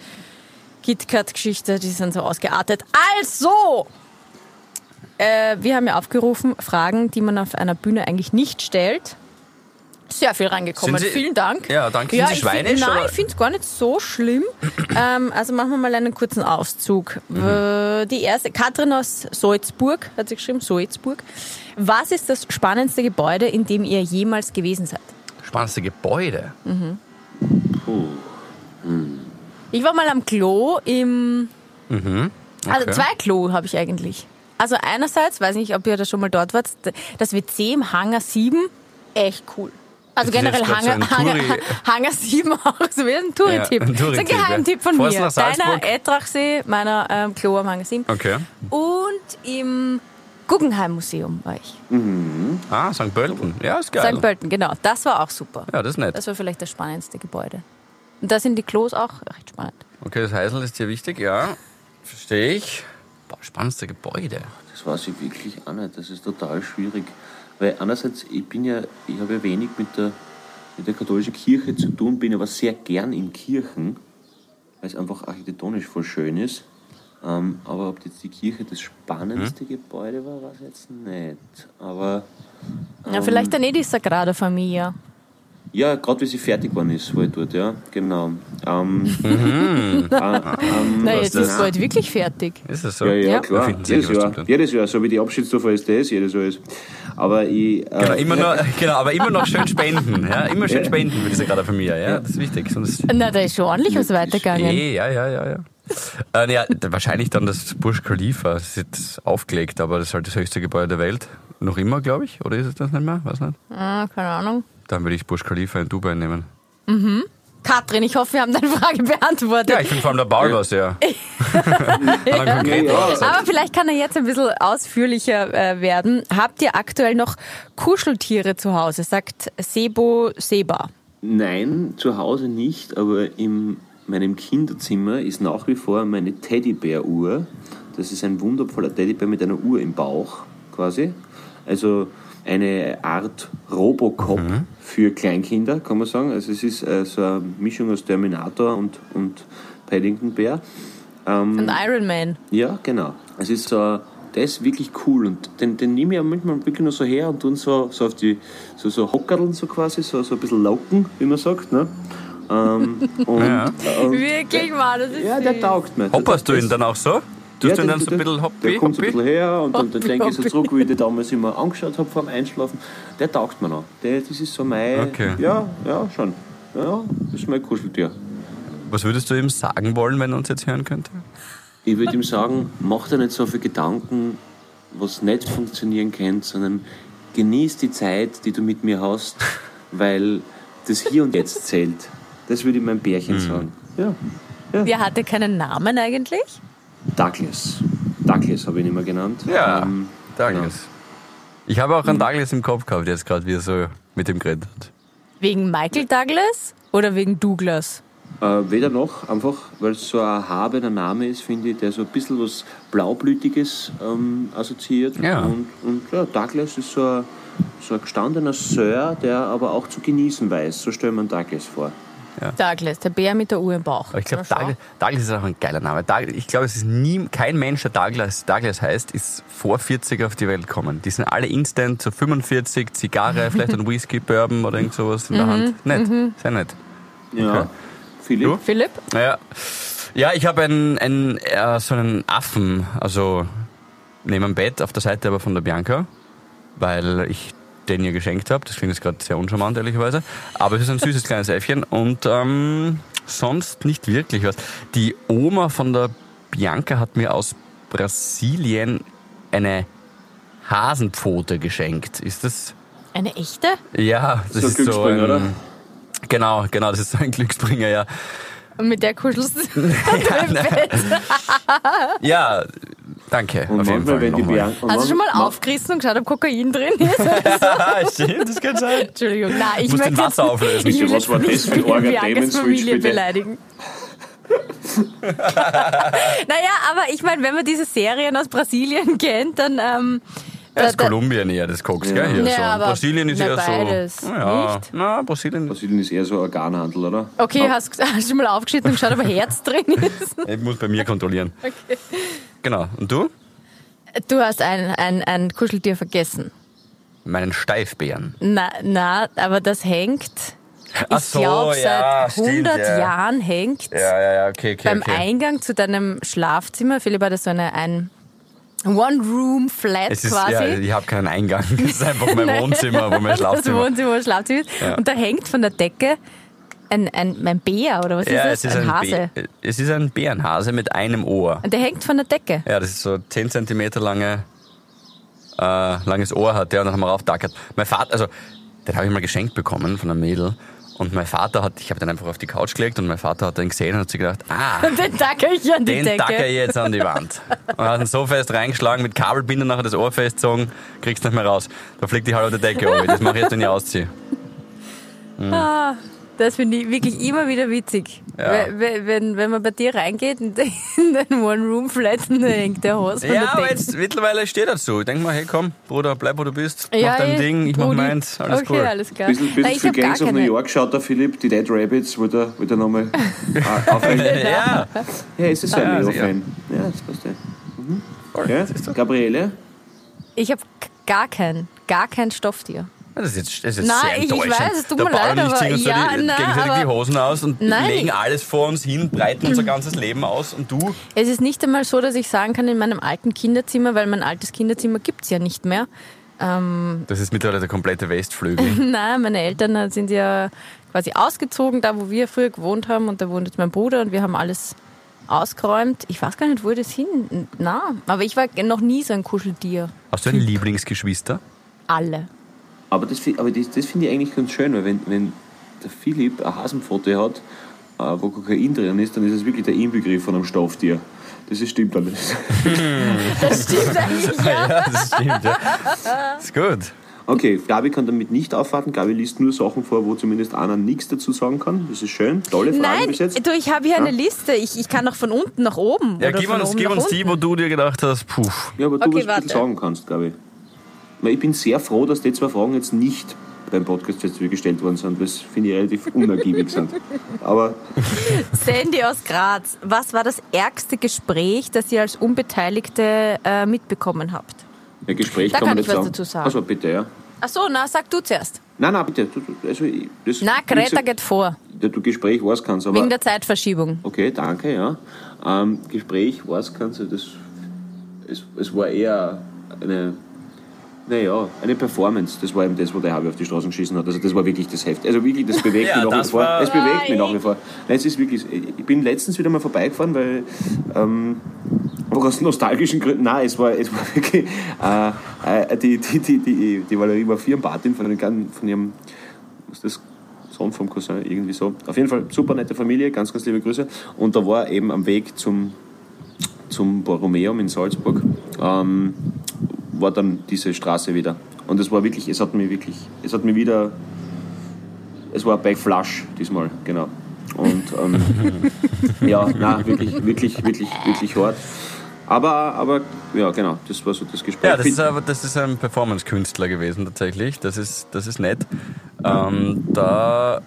[SPEAKER 4] KitKat-Geschichte, die sind so ausgeartet. Also, äh, wir haben ja aufgerufen, Fragen, die man auf einer Bühne eigentlich nicht stellt. Sehr viel reingekommen.
[SPEAKER 3] Sind Sie-
[SPEAKER 4] Vielen Dank.
[SPEAKER 3] Ja, danke. Sind Sie
[SPEAKER 4] ich find-
[SPEAKER 3] schweinisch,
[SPEAKER 4] Nein,
[SPEAKER 3] oder?
[SPEAKER 4] ich finde es gar nicht
[SPEAKER 3] [clears throat]
[SPEAKER 4] so schlimm. ähm, also machen wir mal einen kurzen Auszug.
[SPEAKER 3] Mhm.
[SPEAKER 4] Äh, Die erste, Katrin aus Salzburg, hat sie geschrieben, Salzburg. Was ist das spannendste Gebäude, in dem ihr jemals gewesen seid?
[SPEAKER 3] Spannendste Gebäude.
[SPEAKER 4] Ich war mal am Klo im. Also
[SPEAKER 3] Mhm, okay.
[SPEAKER 4] zwei Klo habe ich eigentlich. Also einerseits, weiß nicht, ob ihr da schon mal dort wart, das WC im Hangar 7, echt cool. Also
[SPEAKER 3] Das ist
[SPEAKER 4] generell
[SPEAKER 3] jetzt grad
[SPEAKER 4] Hangar,
[SPEAKER 3] so ein
[SPEAKER 4] Hangar,
[SPEAKER 3] Touri-
[SPEAKER 4] [laughs] Hangar 7 auch so wie ein Touri-Tipp.
[SPEAKER 3] Ja, ein
[SPEAKER 4] so ein
[SPEAKER 3] Touri-Tipp, ja.
[SPEAKER 4] Geheimtipp von
[SPEAKER 3] Fahrst
[SPEAKER 4] mir.
[SPEAKER 3] nach Salzburg?
[SPEAKER 4] Deiner Ettrachsee, meiner ähm, Klo am Hangar 7.
[SPEAKER 3] Okay.
[SPEAKER 4] Und im Guggenheim-Museum war ich.
[SPEAKER 3] Ah, St. Pölten. Ja, ist geil.
[SPEAKER 4] St. Pölten, genau. Das war auch super.
[SPEAKER 3] Ja, das ist nett.
[SPEAKER 4] Das war vielleicht das spannendste Gebäude. Und da sind die Klos auch recht spannend.
[SPEAKER 3] Okay, das Heisel ist hier wichtig, ja. Verstehe ich. Boah, spannendste Gebäude.
[SPEAKER 2] Das weiß ich wirklich auch nicht. Das ist total schwierig. Weil einerseits, ich bin ja, ich habe ja wenig mit der, mit der katholischen Kirche zu tun, bin aber sehr gern in Kirchen, weil es einfach architektonisch voll schön ist. Ähm, aber ob jetzt die Kirche das spannendste
[SPEAKER 3] Hm?
[SPEAKER 2] Gebäude war, weiß ich jetzt nicht. Aber
[SPEAKER 4] Ja, vielleicht dann eh die Sagrada Familia.
[SPEAKER 2] ja, gerade wie sie fertig geworden ist, war ich dort, ja, genau. Ähm,
[SPEAKER 3] Mhm.
[SPEAKER 2] [laughs] ah,
[SPEAKER 4] Na, jetzt
[SPEAKER 2] das-
[SPEAKER 4] ist bald wirklich fertig.
[SPEAKER 3] Ist es so?
[SPEAKER 2] Ja, ja,
[SPEAKER 4] Ja.
[SPEAKER 2] klar.
[SPEAKER 3] Da finden Sie
[SPEAKER 2] Jedes
[SPEAKER 3] sich was
[SPEAKER 2] Jahr.
[SPEAKER 3] zum Tun.
[SPEAKER 2] Jedes Jahr, so wie die Abschiedsdurfer ist das, jedes Jahr ist. Aber ich. Äh,
[SPEAKER 3] Genau, immer nur, genau, aber immer noch schön spenden. Ja? Immer schön
[SPEAKER 2] Ja.
[SPEAKER 3] spenden, würde ich sagen, gerade für mich. Ja? Das ist wichtig. Sonst
[SPEAKER 4] Na, da ist schon ordentlich was weitergegangen.
[SPEAKER 3] Eh, ja, ja, ja, ja. Äh, na ja, d- wahrscheinlich dann das Burj Khalifa. Das ist jetzt aufgelegt, aber das ist halt das höchste Gebäude der Welt. Noch immer, glaube ich. Oder ist es das nicht mehr? Weiß nicht.
[SPEAKER 4] Ah, keine Ahnung.
[SPEAKER 3] Dann würde ich Burj Khalifa in Dubai nehmen.
[SPEAKER 4] Katrin, ich hoffe, wir haben deine Frage [laughs] beantwortet.
[SPEAKER 3] Ja, ich bin vor allem der Ball was, ja. Hat einen konkreten
[SPEAKER 2] Ja, ja.
[SPEAKER 3] Ansatz.
[SPEAKER 4] Aber vielleicht kann er jetzt ein bisschen ausführlicher äh, werden. Habt ihr aktuell noch Kuscheltiere zu Hause? Sagt Sebo Seba.
[SPEAKER 2] Nein, zu Hause nicht, aber in meinem Kinderzimmer ist nach wie vor meine Teddybär-Uhr. Das ist ein wundervoller Teddybär mit einer Uhr im Bauch, quasi. Also eine Art Robocop für Kleinkinder, kann man sagen. Also es ist äh, so eine Mischung aus Terminator und, und Paddington-Bär.
[SPEAKER 3] Hm.
[SPEAKER 4] Ein Iron Man.
[SPEAKER 2] Ja, genau. Es ist so, der ist wirklich cool und den, den nehme ich ja manchmal wirklich nur so her und tun so, so auf die, so, so hockerln so quasi, so, so ein bisschen lauken, wie man sagt, ne?
[SPEAKER 3] [laughs]
[SPEAKER 2] Ähm, und,
[SPEAKER 3] Ja.
[SPEAKER 2] und,
[SPEAKER 4] Wirklich mal, das ist
[SPEAKER 2] ja, der taugt mir.
[SPEAKER 3] Hopperst du ihn dann auch so? Tust du ihn
[SPEAKER 2] der-
[SPEAKER 3] dann so ein
[SPEAKER 2] der-
[SPEAKER 3] bisschen
[SPEAKER 2] Der
[SPEAKER 3] hoppy,
[SPEAKER 2] kommt so ein bisschen
[SPEAKER 3] hoppy?
[SPEAKER 2] her und dann, dann
[SPEAKER 4] Hoppi,
[SPEAKER 2] denke ich so
[SPEAKER 4] hoppi.
[SPEAKER 2] zurück, wie ich den damals immer angeschaut habe vorm Einschlafen. Der taugt mir noch. Der, das ist so mein.
[SPEAKER 3] Okay.
[SPEAKER 2] Ja, ja, schon. Ja, das ist mein Kuscheltier.
[SPEAKER 3] Was würdest du ihm sagen wollen, wenn er uns jetzt hören könnte?
[SPEAKER 2] Ich würde ihm sagen, mach dir nicht so viel Gedanken, was nicht funktionieren kann, sondern genieß die Zeit, die du mit mir hast, weil das hier und jetzt zählt. Das würde ich meinem Bärchen
[SPEAKER 3] Mhm.
[SPEAKER 2] sagen. Ja.
[SPEAKER 4] Der hatte keinen Namen eigentlich.
[SPEAKER 2] Douglas. Douglas habe ich ihn immer genannt.
[SPEAKER 3] Ja,
[SPEAKER 2] Ähm,
[SPEAKER 3] Douglas. Ich habe auch einen Douglas im Kopf gehabt, jetzt gerade, wie er so mit dem geredet hat.
[SPEAKER 4] Wegen Michael Douglas oder wegen Douglas?
[SPEAKER 2] Äh, weder noch, einfach weil es so ein erhabener Name ist, finde ich, der so ein bisschen was Blaublütiges ähm, assoziiert.
[SPEAKER 3] Ja.
[SPEAKER 2] Und, und ja, Douglas ist so ein, so ein gestandener Sir, der aber auch zu genießen weiß. So stellt man Douglas vor.
[SPEAKER 4] Douglas, der Bär mit der Uhr im Bauch.
[SPEAKER 3] Aber ich glaube,
[SPEAKER 4] Na, schau.
[SPEAKER 3] Douglas, Douglas ist auch ein geiler Name. Doug- Ich glaube, es ist nie, kein Mensch, der Douglas, Douglas heißt, ist vor 40 auf die Welt gekommen. Die sind alle instant, so 45,
[SPEAKER 4] [laughs]
[SPEAKER 3] Zigarre, vielleicht ein Whisky, Bourbon oder irgend sowas in
[SPEAKER 4] Mhm,
[SPEAKER 3] der Hand. Nett, sehr nett.
[SPEAKER 2] Ja.
[SPEAKER 3] Okay.
[SPEAKER 2] Philipp?
[SPEAKER 3] Du?
[SPEAKER 4] Philipp?
[SPEAKER 3] Ja, ja ich habe einen, einen, äh, so einen Affen, also neben dem Bett, auf der Seite aber von der Bianca, weil ich den ihr geschenkt habe. Das klingt jetzt gerade sehr uncharmant, ehrlicherweise. Aber es ist ein süßes kleines Äffchen und ähm, sonst nicht wirklich was. Die Oma von der Bianca hat mir aus Brasilien eine Hasenpfote geschenkt. Ist das
[SPEAKER 4] Eine echte?
[SPEAKER 3] ja, das
[SPEAKER 2] So ein
[SPEAKER 3] ist so
[SPEAKER 2] Glücksbringer,
[SPEAKER 3] ein,
[SPEAKER 2] oder?
[SPEAKER 3] Genau, genau, das ist so ein Glücksbringer, ja.
[SPEAKER 4] Und mit der kuschelst [laughs] du unter dem Bett.
[SPEAKER 3] Ja, danke.
[SPEAKER 2] Und
[SPEAKER 3] auf jeden Fall
[SPEAKER 2] manchmal, wenn die
[SPEAKER 3] nochmal.
[SPEAKER 2] Bianca. und
[SPEAKER 4] Hast du schon mal
[SPEAKER 2] manchmal-
[SPEAKER 4] aufgerissen und geschaut, ob Kokain drin [laughs] ist?
[SPEAKER 3] [laughs] Ah, stimmt, das kann sein.
[SPEAKER 4] Entschuldigung, nein, ich
[SPEAKER 3] Musst
[SPEAKER 4] möchte
[SPEAKER 3] den Wasser
[SPEAKER 4] jetzt,
[SPEAKER 3] auflösen.
[SPEAKER 4] Ich will
[SPEAKER 2] Was
[SPEAKER 4] jetzt
[SPEAKER 2] war das
[SPEAKER 4] nicht
[SPEAKER 2] für ein
[SPEAKER 4] irgendwie
[SPEAKER 2] Orga
[SPEAKER 4] Biancas
[SPEAKER 2] Demon Switch,
[SPEAKER 4] Familie
[SPEAKER 2] bitte?
[SPEAKER 4] beleidigen. [laughs] naja, aber ich meine, wenn man diese Serien aus Brasilien kennt, dann... Ähm,
[SPEAKER 3] Das ist
[SPEAKER 4] [laughs] da- da-
[SPEAKER 3] Kolumbien eher, das Koks, gell? Hier
[SPEAKER 4] Ja,
[SPEAKER 3] so.
[SPEAKER 4] aber
[SPEAKER 3] Brasilien ist
[SPEAKER 4] na,
[SPEAKER 3] eher so.
[SPEAKER 4] beides,
[SPEAKER 3] Ja,
[SPEAKER 4] nicht?
[SPEAKER 3] Na, Brasilien.
[SPEAKER 2] Brasilien ist eher so Organhandel, oder?
[SPEAKER 4] Okay, hast, hast du schon mal aufgeschnitten und geschaut, ob ein Herz drin ist?
[SPEAKER 3] Ich muss bei mir kontrollieren. Genau. Und du?
[SPEAKER 4] [laughs] Du hast ein, ein, ein Kuscheltier vergessen.
[SPEAKER 3] Meinen Steifbären.
[SPEAKER 4] Na, na, aber das hängt. Ich
[SPEAKER 3] Ach so,
[SPEAKER 4] glaube,
[SPEAKER 3] ja,
[SPEAKER 4] seit
[SPEAKER 3] stimmt,
[SPEAKER 4] 100
[SPEAKER 3] ja.
[SPEAKER 4] Jahren hängt
[SPEAKER 3] ja, ja, okay, okay.
[SPEAKER 4] beim Eingang zu deinem Schlafzimmer. Philipp hatte so eine ein One-Room-Flat
[SPEAKER 3] Es ist,
[SPEAKER 4] quasi.
[SPEAKER 3] ja, ich habe keinen Eingang. [laughs] Das ist einfach mein
[SPEAKER 4] [laughs] Nein.
[SPEAKER 3] Wohnzimmer, wo mein
[SPEAKER 4] Das
[SPEAKER 3] Schlafzimmer.
[SPEAKER 4] Wohnzimmer, wo Schlafzimmer ist. Und da hängt von der Decke ein, ein, ein Bär oder was
[SPEAKER 3] Ja,
[SPEAKER 4] ist das?
[SPEAKER 3] es ist ein,
[SPEAKER 4] Hase.
[SPEAKER 3] Bär- es ist ein Bärenhase mit einem Ohr.
[SPEAKER 4] Und der hängt von der Decke. [laughs]
[SPEAKER 3] Ja, das ist so 10 cm lange, äh, langes Ohr hat der und dann haben wir rauftackert. Mein Vater, also den habe ich mal geschenkt bekommen von einem Mädel. Und mein Vater hat, ich habe den einfach auf die Couch gelegt und mein Vater hat den gesehen und hat sich gedacht, ah,
[SPEAKER 4] Und den tacke ich an [laughs] die
[SPEAKER 3] den
[SPEAKER 4] Decke.
[SPEAKER 3] tacker ich jetzt an die
[SPEAKER 4] [laughs]
[SPEAKER 3] Wand. Und hat ihn so fest reingeschlagen, mit Kabelbinder nachher das Ohr festgezogen, kriegst nicht mehr raus. Da fliegt die halbe Decke runter. Das mache ich jetzt, wenn ich ausziehe.
[SPEAKER 4] Das finde ich wirklich immer wieder witzig.
[SPEAKER 3] Ja.
[SPEAKER 4] Wenn, wenn- wenn, wenn man bei dir reingeht und in den [laughs] One-Room-Flat [laughs] und da hängt der Hose von
[SPEAKER 3] Ja,
[SPEAKER 4] der
[SPEAKER 3] aber
[SPEAKER 4] Decke.
[SPEAKER 3] jetzt mittlerweile steht dazu. Ich denke mal, hey komm, Bruder, bleib wo du bist, mach
[SPEAKER 4] Ja,
[SPEAKER 3] dein
[SPEAKER 4] eh,
[SPEAKER 3] Ding, ich mach
[SPEAKER 4] Brudi.
[SPEAKER 3] meins, alles
[SPEAKER 4] okay,
[SPEAKER 3] cool. [laughs]
[SPEAKER 4] alles klar.
[SPEAKER 2] Ein bisschen, bisschen
[SPEAKER 4] Nein, ich
[SPEAKER 2] für
[SPEAKER 4] hab gar
[SPEAKER 2] Gangs of New
[SPEAKER 4] keine.
[SPEAKER 2] York schaut der Philipp, die Dead Rabbits, wollte er, wollte er
[SPEAKER 4] [laughs]
[SPEAKER 2] nochmal äh, aufrechnen.
[SPEAKER 3] Ja,
[SPEAKER 2] Ja, es ist so
[SPEAKER 3] Ah,
[SPEAKER 2] ein
[SPEAKER 3] also,
[SPEAKER 2] Leo-Fan. Ja, das passt ja. Mhm. ja. Gabriele?
[SPEAKER 4] Ich habe gar kein, gar kein Stofftier.
[SPEAKER 3] Das ist jetzt, das ist jetzt
[SPEAKER 4] Nein,
[SPEAKER 3] sehr
[SPEAKER 4] ich- ich
[SPEAKER 3] enttäuschend.
[SPEAKER 4] weiß, es tut
[SPEAKER 3] der
[SPEAKER 4] mir
[SPEAKER 3] Paul
[SPEAKER 4] leid,
[SPEAKER 3] und ich ziehen
[SPEAKER 4] aber
[SPEAKER 3] uns
[SPEAKER 4] ja,
[SPEAKER 3] so die,
[SPEAKER 4] na,
[SPEAKER 3] gegenseitig die
[SPEAKER 4] aber-
[SPEAKER 3] Hosen aus und
[SPEAKER 4] Nein.
[SPEAKER 3] legen alles vor uns hin, breiten unser ganzes Leben aus und du
[SPEAKER 4] Es ist nicht einmal so, dass ich sagen kann, in meinem alten Kinderzimmer, weil mein altes Kinderzimmer gibt's ja nicht mehr, [laughs] Ähm,
[SPEAKER 3] Das ist mittlerweile der komplette
[SPEAKER 4] [laughs]
[SPEAKER 3] Westflügel.
[SPEAKER 4] nein, meine Eltern äh, sind ja quasi ausgezogen, da wo wir früher gewohnt haben. Und da wohnt jetzt mein Bruder und wir haben alles ausgeräumt. Ich weiß gar nicht, wo das hin. Na, aber ich war noch nie so ein Kuscheltier.
[SPEAKER 3] Hast du einen Lieblingsgeschwister?
[SPEAKER 4] Alle.
[SPEAKER 2] Aber das, fi- aber das, das finde ich eigentlich ganz schön, weil wenn, wenn der Philipp ein Hasenpfote hat, äh, wo Kokain drin ist, dann ist es wirklich der Inbegriff von einem Stofftier. Das ist, stimmt alles.
[SPEAKER 4] Das stimmt eigentlich.
[SPEAKER 3] [laughs] Ja, das stimmt, ja. Ist gut.
[SPEAKER 2] Okay, Gabi kann damit nicht aufwarten. Gabi liest nur Sachen vor, wo zumindest einer nichts dazu sagen kann. Das ist schön. Tolle Fragen
[SPEAKER 4] Nein,
[SPEAKER 2] bis jetzt.
[SPEAKER 4] du, ich habe hier eine Liste. Ich, ich kann doch von unten nach oben.
[SPEAKER 3] Ja,
[SPEAKER 4] oder
[SPEAKER 3] gib
[SPEAKER 4] von
[SPEAKER 3] uns,
[SPEAKER 4] oben
[SPEAKER 3] gib
[SPEAKER 4] nach
[SPEAKER 3] uns
[SPEAKER 4] unten.
[SPEAKER 3] die, wo du dir gedacht hast, puh.
[SPEAKER 2] Ja, aber du was
[SPEAKER 4] Okay,
[SPEAKER 2] ein bisschen
[SPEAKER 4] warte.
[SPEAKER 2] sagen kannst, Gabi. Weil Ich bin sehr froh, dass die zwei Fragen jetzt nicht beim Podcast jetzt gestellt worden sind, weil es, finde ich, relativ
[SPEAKER 4] [laughs]
[SPEAKER 2] unergiebig sind. Aber
[SPEAKER 4] Sandy aus Graz, was war das ärgste Gespräch, das ihr als Unbeteiligte äh, mitbekommen habt?
[SPEAKER 2] ein Gespräch
[SPEAKER 4] Da
[SPEAKER 2] kann man
[SPEAKER 4] kann
[SPEAKER 2] nicht
[SPEAKER 4] ich was
[SPEAKER 2] sagen.
[SPEAKER 4] dazu sagen.
[SPEAKER 2] Also bitte, ja.
[SPEAKER 4] Ach so, na, sag du zuerst.
[SPEAKER 2] Nein, nein, bitte. Du, du- also, ich- das,
[SPEAKER 4] Na,
[SPEAKER 2] wie
[SPEAKER 4] Greta
[SPEAKER 2] gesagt,
[SPEAKER 4] geht vor,
[SPEAKER 2] dass du Gespräch was kannst, aber.
[SPEAKER 4] wegen der Zeitverschiebung.
[SPEAKER 2] okay, danke, ja. Ähm, Gespräch was kannst du, das. Es, es war eher eine. Naja, eine Performance. Das war eben das, wo der Harvey auf die Straße geschissen hat. Also, das war wirklich das Heft. Also, wirklich,
[SPEAKER 3] [laughs]
[SPEAKER 2] das bewegt
[SPEAKER 3] Ja,
[SPEAKER 2] mich nach wie
[SPEAKER 3] das
[SPEAKER 2] vor.
[SPEAKER 3] war-
[SPEAKER 2] Es bewegt mich nach wie vor. Nein, es ist wirklich. Ich bin letztens wieder mal vorbeigefahren, weil. Ähm, aber aus nostalgischen Gründen, nein, es war, es war [laughs] wirklich, äh, äh, die, die, die, die, die Valerie war Firmenpatin von, einem kleinen- von ihrem, was ist das, Sohn vom Cousin, irgendwie so. Auf jeden Fall super nette Familie, ganz, ganz liebe Grüße. Und da war eben am Weg zum, zum Borromeum in Salzburg, ähm, war dann diese Straße wieder. Und es war wirklich, es hat mir wirklich, es hat mir wieder, es war bei Flash diesmal, genau. Und ähm,
[SPEAKER 4] [laughs]
[SPEAKER 2] ja, na, wirklich, wirklich, wirklich, wirklich hart. Aber, aber, ja, genau, das war so das Gespräch.
[SPEAKER 3] Ja, das ist, aber, das ist ein Performance-Künstler gewesen tatsächlich. Das ist, das ist nett. Ähm, da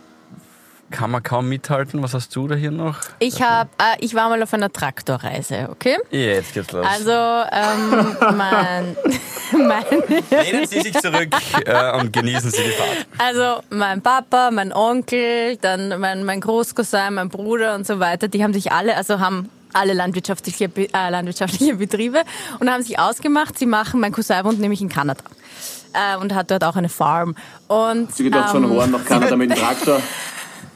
[SPEAKER 3] kann man kaum mithalten. Was hast du da hier noch?
[SPEAKER 4] Ich, hab, äh, ich war mal auf einer Traktorreise, okay?
[SPEAKER 3] Jetzt geht's los.
[SPEAKER 2] [laughs]
[SPEAKER 4] Also, ähm, mein, [laughs] mein,
[SPEAKER 3] Lehnen Sie sich
[SPEAKER 4] [laughs]
[SPEAKER 3] zurück äh, und genießen Sie die Fahrt.
[SPEAKER 4] also mein Papa, mein Onkel, dann mein, mein Großcousin, mein Bruder und so weiter, die haben sich alle, also haben alle landwirtschaftliche, Be- äh, landwirtschaftliche [laughs] Betriebe und haben sich ausgemacht, sie machen, mein Cousin wohnt nämlich in Kanada äh, und hat dort auch eine Farm. Und,
[SPEAKER 2] Sie gedacht, von
[SPEAKER 4] ähm,
[SPEAKER 2] Horn nach Kanada mit dem Traktor.
[SPEAKER 3] [laughs]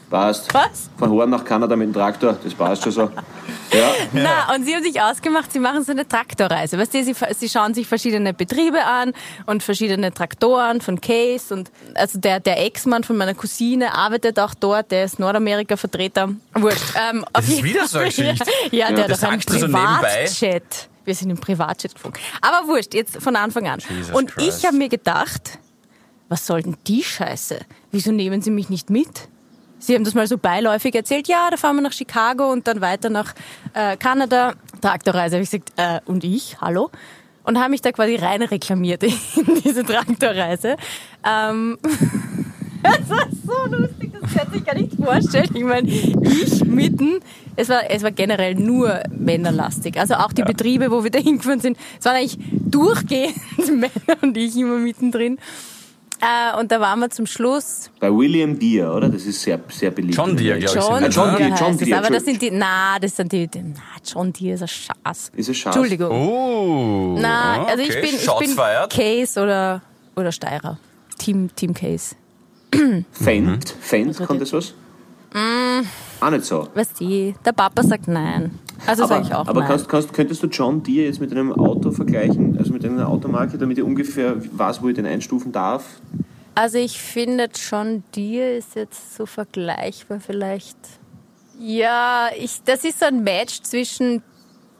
[SPEAKER 2] Passt.
[SPEAKER 4] Was?
[SPEAKER 2] Von Horn nach Kanada mit dem Traktor, das passt schon so. Ja,
[SPEAKER 4] Na, und sie haben sich ausgemacht, sie machen so eine Traktorreise. Weißt du, sie, sie schauen sich verschiedene Betriebe an und verschiedene Traktoren von Case und also der, der Ex-Mann von meiner Cousine arbeitet auch dort, der ist Nordamerika-Vertreter. Wurscht. Ähm, auf
[SPEAKER 3] ist
[SPEAKER 4] jeden
[SPEAKER 3] wieder so eine
[SPEAKER 4] Fall-
[SPEAKER 3] Geschichte.
[SPEAKER 4] Ja, der
[SPEAKER 3] Das
[SPEAKER 4] hat auch einen
[SPEAKER 3] sagst du so nebenbei.
[SPEAKER 4] Privatjet. Wir sind im Privatjet geflogen. Aber wurscht, jetzt von Anfang an.
[SPEAKER 3] Jesus
[SPEAKER 4] und
[SPEAKER 3] Christ.
[SPEAKER 4] ich habe mir gedacht, was soll denn die Scheiße? Wieso nehmen sie mich nicht mit? Sie haben das mal so beiläufig erzählt, ja, da fahren wir nach Chicago und dann weiter nach äh, Kanada. Traktorreise, habe ich gesagt, äh, und ich, hallo? Und haben mich da quasi rein reklamiert [laughs] in diese Traktorreise. Ähm, das war so lustig, das kann sich gar nicht vorstellen. Ich meine, ich mitten, es war, es war generell nur männerlastig. Also auch die Betriebe, wo wir da hingefahren sind, es waren eigentlich durchgehend [laughs] Männer und ich immer mittendrin. Äh, und da waren wir zum Schluss
[SPEAKER 2] bei William Deere, oder? Das ist sehr, sehr beliebt.
[SPEAKER 3] John Deere, glaub ich,
[SPEAKER 4] John,
[SPEAKER 3] sind das,
[SPEAKER 2] John
[SPEAKER 4] Deere
[SPEAKER 2] Deere, John
[SPEAKER 4] heißt es,
[SPEAKER 2] Deere,
[SPEAKER 4] aber das sind die, na, das sind die, die na, John Deere ist ein Schatz.
[SPEAKER 2] Ist ein Schatz?
[SPEAKER 4] Entschuldigung.
[SPEAKER 3] Oh.
[SPEAKER 4] Na,
[SPEAKER 3] okay.
[SPEAKER 4] also ich bin, ich
[SPEAKER 3] Shots
[SPEAKER 4] bin
[SPEAKER 3] fired.
[SPEAKER 4] Case oder, oder Steirer. Team, Team Case.
[SPEAKER 2] Fendt,
[SPEAKER 3] Mhm.
[SPEAKER 2] Fendt, kann das was?
[SPEAKER 4] Mm.
[SPEAKER 2] Auch nicht so.
[SPEAKER 4] Weißt du, der Papa sagt nein. Also
[SPEAKER 2] aber
[SPEAKER 4] sage ich auch
[SPEAKER 2] aber
[SPEAKER 4] nein.
[SPEAKER 2] kannst, kannst, könntest du John Deere jetzt mit einem Auto vergleichen, also mit einer Automarke, damit ich ungefähr weiß, wo ich den einstufen darf?
[SPEAKER 4] Also ich finde, John Deere ist jetzt so vergleichbar vielleicht. Ja, ich, das ist so ein Match zwischen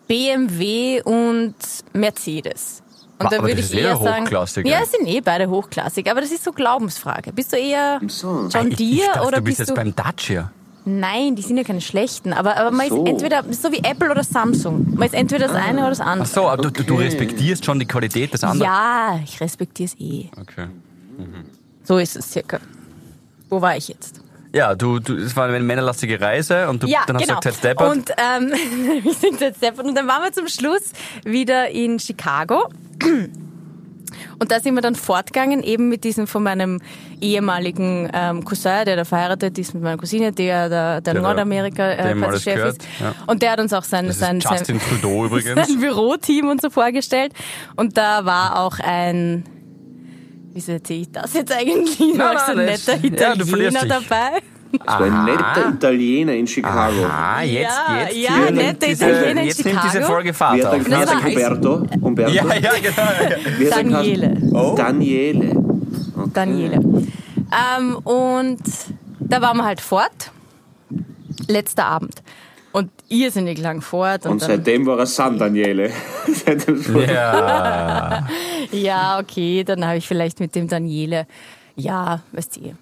[SPEAKER 4] BMW und Mercedes. Und
[SPEAKER 3] Aber das ist eher hochklassig,
[SPEAKER 4] ja,
[SPEAKER 3] ja.
[SPEAKER 4] es sind eh beide hochklassig, aber das ist so Glaubensfrage. Bist du eher
[SPEAKER 2] So.
[SPEAKER 4] John
[SPEAKER 3] ich
[SPEAKER 4] Deere
[SPEAKER 3] dachte,
[SPEAKER 4] oder
[SPEAKER 3] du bist
[SPEAKER 4] bist,
[SPEAKER 3] jetzt
[SPEAKER 4] du?
[SPEAKER 3] beim Dacia.
[SPEAKER 4] Nein, die sind ja keine schlechten, aber, aber man
[SPEAKER 2] So. Ah.
[SPEAKER 4] ist entweder so wie Apple oder Samsung. Man ist entweder das eine oder das andere.
[SPEAKER 3] Ach so, aber du, du
[SPEAKER 2] Okay.
[SPEAKER 3] respektierst schon die Qualität des anderen.
[SPEAKER 4] Ja, ich respektiere es eh.
[SPEAKER 3] Okay.
[SPEAKER 4] So ist es circa. Wo war ich jetzt?
[SPEAKER 3] Ja, du, du, es war eine männerlastige Reise und du,
[SPEAKER 4] Ja,
[SPEAKER 3] dann hast
[SPEAKER 4] genau.
[SPEAKER 3] du gesagt, Ted Deppert.
[SPEAKER 4] Und ähm, [laughs] wir sind Ted Steppert. Und dann waren wir zum Schluss wieder in Chicago. Und da sind wir dann fortgegangen, eben mit diesem von meinem ehemaligen ähm, Cousin, der da verheiratet ist mit meiner Cousine, der der, der
[SPEAKER 3] Der da-
[SPEAKER 4] Nordamerika äh,
[SPEAKER 3] dem alles
[SPEAKER 4] quasi Chef
[SPEAKER 3] gehört,
[SPEAKER 4] ist.
[SPEAKER 3] ja.
[SPEAKER 4] Und der hat uns auch sein,
[SPEAKER 3] das
[SPEAKER 4] sein,
[SPEAKER 3] ist
[SPEAKER 4] [laughs] sein,
[SPEAKER 3] Justin Trudeau übrigens.
[SPEAKER 4] sein Büroteam und so vorgestellt. Und da war auch ein Wieso erzähle ich das jetzt eigentlich?
[SPEAKER 3] Nein,
[SPEAKER 4] War ich so
[SPEAKER 3] nein,
[SPEAKER 4] ein
[SPEAKER 3] das-
[SPEAKER 4] netter
[SPEAKER 3] ja, du verlierst
[SPEAKER 4] Italiener
[SPEAKER 3] dich.
[SPEAKER 4] dabei?
[SPEAKER 2] Das war ein netter Italiener in Chicago.
[SPEAKER 3] Ah, jetzt,
[SPEAKER 4] Ja,
[SPEAKER 3] jetzt.
[SPEAKER 4] ja,
[SPEAKER 3] hier nimmt
[SPEAKER 4] netter
[SPEAKER 3] diese-
[SPEAKER 4] Italiener in
[SPEAKER 3] Jetzt nimmt diese
[SPEAKER 4] Chicago.
[SPEAKER 3] Folge
[SPEAKER 2] Wie
[SPEAKER 3] Fahrt
[SPEAKER 2] hat er
[SPEAKER 3] auf.
[SPEAKER 4] das
[SPEAKER 2] gesagt?
[SPEAKER 4] war
[SPEAKER 2] Humberto? Humberto?
[SPEAKER 3] Ja, Oh. ja, genau.
[SPEAKER 2] Wie hat er gesagt?
[SPEAKER 4] Daniele.
[SPEAKER 2] Daniele. Okay.
[SPEAKER 4] Daniele.
[SPEAKER 3] Mhm.
[SPEAKER 4] Ähm, und da waren wir halt fort. Letzter Abend. Und irrsinnig lang fort. Und
[SPEAKER 2] Und
[SPEAKER 4] dann,
[SPEAKER 2] seitdem war er San Daniele. Seitdem-
[SPEAKER 3] Ja.
[SPEAKER 4] ja, okay, dann habe ich vielleicht mit dem Daniele, ja, weißt du,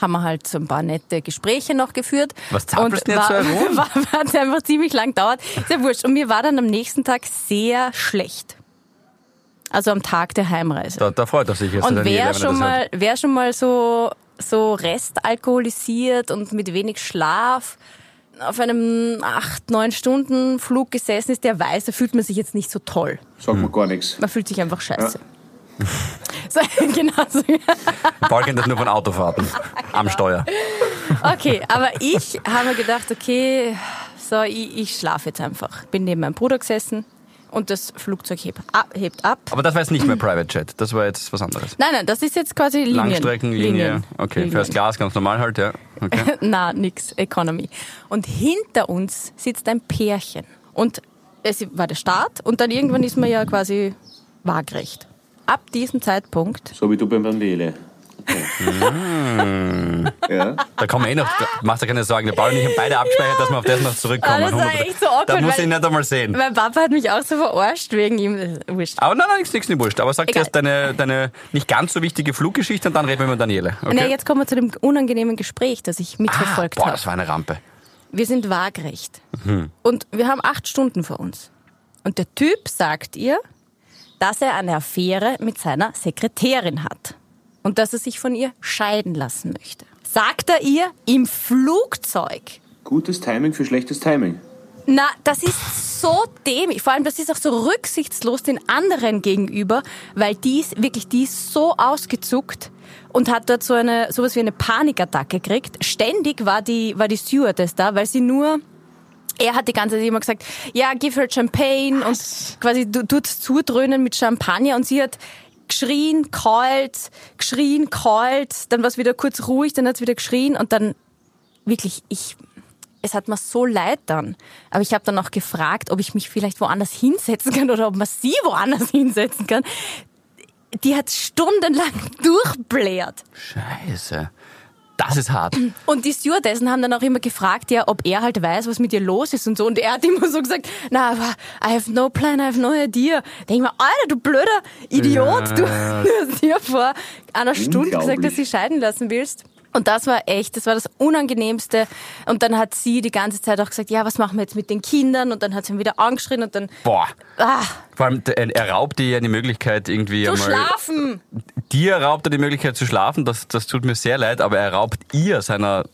[SPEAKER 4] haben wir halt so ein paar nette Gespräche noch geführt.
[SPEAKER 3] Was zappelst du jetzt
[SPEAKER 4] war,
[SPEAKER 3] so herum?
[SPEAKER 4] [laughs] war, war es einfach ziemlich lang dauert. Ist ja wurscht. Und mir war dann am nächsten Tag sehr schlecht. Also am Tag der Heimreise.
[SPEAKER 3] Da, da freut er sich jetzt.
[SPEAKER 4] Und
[SPEAKER 3] Daniele, Also wenn er das
[SPEAKER 4] wer schon,
[SPEAKER 3] hört.
[SPEAKER 4] mal, wer schon mal so, so restalkoholisiert und mit wenig Schlaf auf einem 8-9-Stunden-Flug gesessen ist, der weiß, da fühlt man sich jetzt nicht so toll.
[SPEAKER 2] [laughs] Sag mir gar nichts.
[SPEAKER 4] Man fühlt sich einfach scheiße. [laughs] So, genau so.
[SPEAKER 3] Paul kennt das nur von
[SPEAKER 4] [laughs]
[SPEAKER 3] Autofahrten. Am Steuer.
[SPEAKER 4] Okay, aber ich habe mir gedacht, okay, so, ich, ich schlafe jetzt einfach. Bin neben meinem Bruder gesessen und das Flugzeug hebt ab. Hebt ab.
[SPEAKER 3] Aber das war jetzt nicht mehr Private Chat. Das war jetzt was anderes.
[SPEAKER 4] Nein, nein, das ist jetzt quasi Linien.
[SPEAKER 3] Langstreckenlinie.
[SPEAKER 4] Linien.
[SPEAKER 3] Okay,
[SPEAKER 4] Linien.
[SPEAKER 3] First Class, ganz normal halt, ja. Okay.
[SPEAKER 4] [laughs] Na, nix, Economy. Und hinter uns sitzt ein Pärchen. Und es war der Start und dann irgendwann ist man ja quasi waagrecht. Ab diesem Zeitpunkt,
[SPEAKER 2] So wie du beim Daniele.
[SPEAKER 3] [laughs] Mm.
[SPEAKER 2] Okay. ja.
[SPEAKER 3] Da kommen wir
[SPEAKER 4] [laughs]
[SPEAKER 3] eh noch, da machst du keine Sorgen. Der Paul und ich haben beide abgespeichert, dass wir auf das noch
[SPEAKER 4] Ah,
[SPEAKER 3] zurückkommen.
[SPEAKER 4] das war echt so awkward,
[SPEAKER 3] da muss
[SPEAKER 4] weil-
[SPEAKER 3] ich nicht einmal sehen.
[SPEAKER 4] mein Papa hat mich auch so verarscht wegen ihm. Äh, Wurscht.
[SPEAKER 3] Aber nein, nein, nichts, nichts, nicht wurscht. Aber sag
[SPEAKER 4] Egal.
[SPEAKER 3] zuerst deine, deine nicht ganz so wichtige Fluggeschichte und dann reden wir mit Daniele. Okay?
[SPEAKER 4] Na, jetzt kommen wir zu dem unangenehmen Gespräch, das ich
[SPEAKER 3] ah,
[SPEAKER 4] mitverfolgt
[SPEAKER 3] boah, das
[SPEAKER 4] habe.
[SPEAKER 3] war eine Rampe.
[SPEAKER 4] Wir sind waagrecht. Und wir haben acht Stunden vor uns. Und der Typ sagt ihr, dass er eine Affäre mit seiner Sekretärin hat. Und dass er sich von ihr scheiden lassen möchte. Sagt er ihr im Flugzeug.
[SPEAKER 2] Gutes Timing für schlechtes Timing.
[SPEAKER 4] Na, das ist so dämlich. Vor allem, das ist auch so rücksichtslos den anderen gegenüber, weil die ist wirklich, die ist so ausgezuckt und hat dort so eine, sowas wie eine Panikattacke gekriegt. Ständig war die, war die Stewardess da, weil sie nur, er hat die ganze Zeit immer gesagt, ja, give her Champagne und quasi du- tut zudröhnen mit Champagner und sie hat geschrien, keult, geschrien, keult, dann war es wieder kurz ruhig, dann hat es wieder geschrien und dann wirklich, ich, es hat mir so leid dann. Aber ich habe dann auch gefragt, ob ich mich vielleicht woanders hinsetzen kann oder ob man sie woanders [laughs] hinsetzen kann. Die hat stundenlang [laughs] durchbläht.
[SPEAKER 3] Scheiße. Das ist hart.
[SPEAKER 4] Und die Stewardessen haben dann auch immer gefragt, ja, ob er halt weiß, was mit ihr los ist und so. Und er hat [laughs] immer so gesagt, na, aber I have no plan, I have no idea. Denk mal, Alter, du blöder Idiot, [laughs] du, du hast dir vor einer Stunde gesagt, dass
[SPEAKER 2] Unglaublich.
[SPEAKER 4] du dich scheiden lassen willst. Und das war echt, das war das Unangenehmste. Und dann hat sie die ganze Zeit auch gesagt, ja, was machen wir jetzt mit den Kindern? Und dann hat sie ihn wieder angeschrien und dann,
[SPEAKER 3] Boah.
[SPEAKER 4] ah,
[SPEAKER 3] Vor allem, äh, er raubt dir ja die Möglichkeit, irgendwie
[SPEAKER 4] du
[SPEAKER 3] einmal.
[SPEAKER 4] schlafen!
[SPEAKER 3] Dir raubt er die Möglichkeit zu schlafen, das, das tut mir sehr leid, aber er raubt ihr, seiner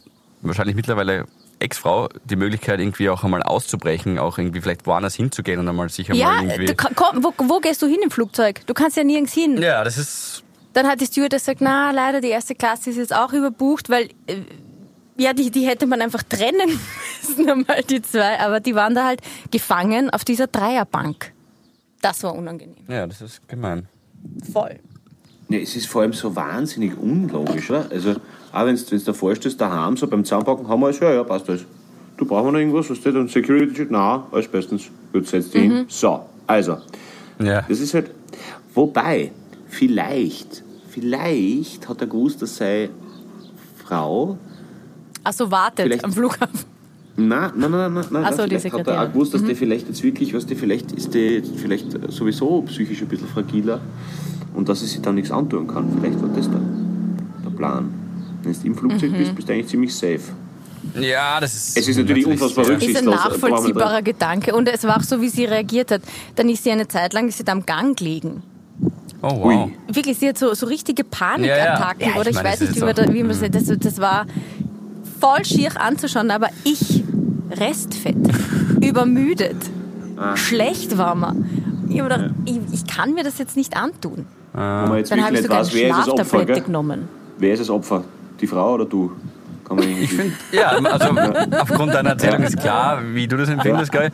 [SPEAKER 3] wahrscheinlich mittlerweile Ex-Frau, die Möglichkeit irgendwie auch einmal auszubrechen, auch irgendwie vielleicht woanders hinzugehen und einmal sich einmal
[SPEAKER 4] Ja,
[SPEAKER 3] irgendwie...
[SPEAKER 4] du, ka- komm, wo, wo gehst du hin im Flugzeug? Du kannst ja nirgends hin.
[SPEAKER 3] ja, das ist...
[SPEAKER 4] Dann hat die Stewardess gesagt, na, leider, die erste Klasse ist jetzt auch überbucht, weil, äh, ja, die, die hätte man einfach trennen [laughs] müssen, einmal die zwei. Aber die waren da halt gefangen auf dieser Dreierbank. Das war unangenehm.
[SPEAKER 3] Ja, das ist gemein.
[SPEAKER 4] Voll.
[SPEAKER 2] Nee, Ne, es ist vor allem so wahnsinnig unlogisch. Oder? Also, auch wenn du davor stehst, daheim, so beim Zusammenpacken haben wir alles, ja, ja, passt alles. Du brauchst noch irgendwas, was steht und Security steht, na, alles bestens. Gut, setz dich hin. So, also.
[SPEAKER 3] Ja.
[SPEAKER 2] Das ist halt. Wobei, vielleicht, vielleicht hat er gewusst, dass seine Frau
[SPEAKER 4] Also wartet
[SPEAKER 2] Vielleicht-
[SPEAKER 4] am Flughafen.
[SPEAKER 2] Nein, nein, nein, nein. nein
[SPEAKER 4] Ach so,
[SPEAKER 2] nein,
[SPEAKER 4] die
[SPEAKER 2] vielleicht hat er
[SPEAKER 4] Sekretärin. Mhm.
[SPEAKER 2] auch gewusst, dass die vielleicht jetzt wirklich, was die vielleicht ist, die vielleicht sowieso psychisch ein bisschen fragiler und dass sie sich da nichts antun kann. Vielleicht war das der, der Plan. Wenn du im Flugzeug
[SPEAKER 4] Mhm.
[SPEAKER 2] bist, bist du eigentlich ziemlich safe.
[SPEAKER 3] Ja, das ist...
[SPEAKER 2] Es ist natürlich unfassbar
[SPEAKER 3] Ja.
[SPEAKER 2] rücksichtlos.
[SPEAKER 4] Ist ein
[SPEAKER 2] Brauchen wir
[SPEAKER 4] nachvollziehbarer Gedanke. Und es war auch so, wie sie reagiert hat. Dann ist sie eine Zeit lang, ist sie da am Gang gelegen.
[SPEAKER 3] Oh, wow.
[SPEAKER 2] Ui.
[SPEAKER 4] Wirklich, sie hat so, so richtige Panikattacken,
[SPEAKER 3] Ja, ja. Ja,
[SPEAKER 4] oder?
[SPEAKER 3] ich
[SPEAKER 4] Ich,
[SPEAKER 3] meine,
[SPEAKER 4] weiß
[SPEAKER 3] das ist
[SPEAKER 4] nicht, wie man,
[SPEAKER 3] so.
[SPEAKER 4] da, wie man das, das, das war voll schier anzuschauen, aber ich
[SPEAKER 3] [laughs]
[SPEAKER 4] restfett, übermüdet,
[SPEAKER 3] Ah.
[SPEAKER 4] schlecht war man. Ich, hab gedacht, ich, ich kann mir das jetzt nicht antun.
[SPEAKER 2] Wenn man jetzt
[SPEAKER 4] Dann habe
[SPEAKER 2] wirklich nicht
[SPEAKER 4] ich sogar
[SPEAKER 2] weiß,
[SPEAKER 4] eine
[SPEAKER 2] wer ist das Opfer,
[SPEAKER 4] Schlaftablette
[SPEAKER 2] gell?
[SPEAKER 4] genommen.
[SPEAKER 2] Wer ist das Opfer? Die Frau oder du? Kann man irgendwie-
[SPEAKER 3] Ich finde, ja, also aufgrund deiner Erzählung ist ah, klar, wie du das empfindest, gell?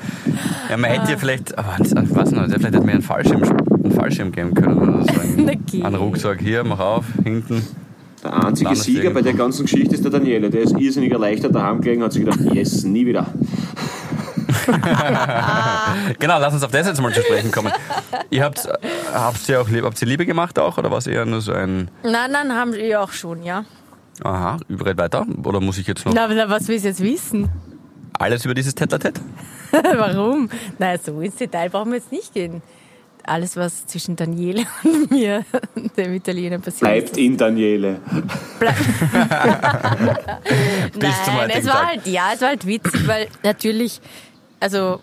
[SPEAKER 3] Ja, man hätte ja vielleicht, aber was noch, vielleicht hätte man einen Fallschirm einen Fallschirm geben können oder so. Einen,
[SPEAKER 4] [laughs] Na, geh.
[SPEAKER 3] einen Rucksack hier, mach auf, hinten.
[SPEAKER 2] Der einzige
[SPEAKER 3] Landeswegen.
[SPEAKER 2] Sieger bei der ganzen Geschichte ist der Daniele. Der ist irrsinnig erleichtert daheim gelegen und hat sich gedacht, yes, nie wieder.
[SPEAKER 3] Genau, lass uns auf das jetzt mal zu sprechen kommen. ihr habt, habt ihr auch lieb, habt ihr Liebe gemacht auch oder war es eher nur so ein
[SPEAKER 4] Nein, nein, haben wir auch schon, ja.
[SPEAKER 3] Aha, überall weiter? Oder muss ich jetzt noch
[SPEAKER 4] Na, aber was willst du jetzt wissen? [laughs]
[SPEAKER 3] alles über dieses Tet-a-Tet?
[SPEAKER 4] Warum? Na, so ins Detail brauchen wir jetzt nicht gehen. Alles, was zwischen Daniele [laughs] und mir, dem Italiener, passiert
[SPEAKER 2] Bleibt
[SPEAKER 4] ist.
[SPEAKER 2] in Daniele.
[SPEAKER 3] Bis zum
[SPEAKER 4] Nein,
[SPEAKER 3] heutigen
[SPEAKER 4] es war
[SPEAKER 3] Tag.
[SPEAKER 4] halt, ja, es war halt witzig, weil natürlich, also,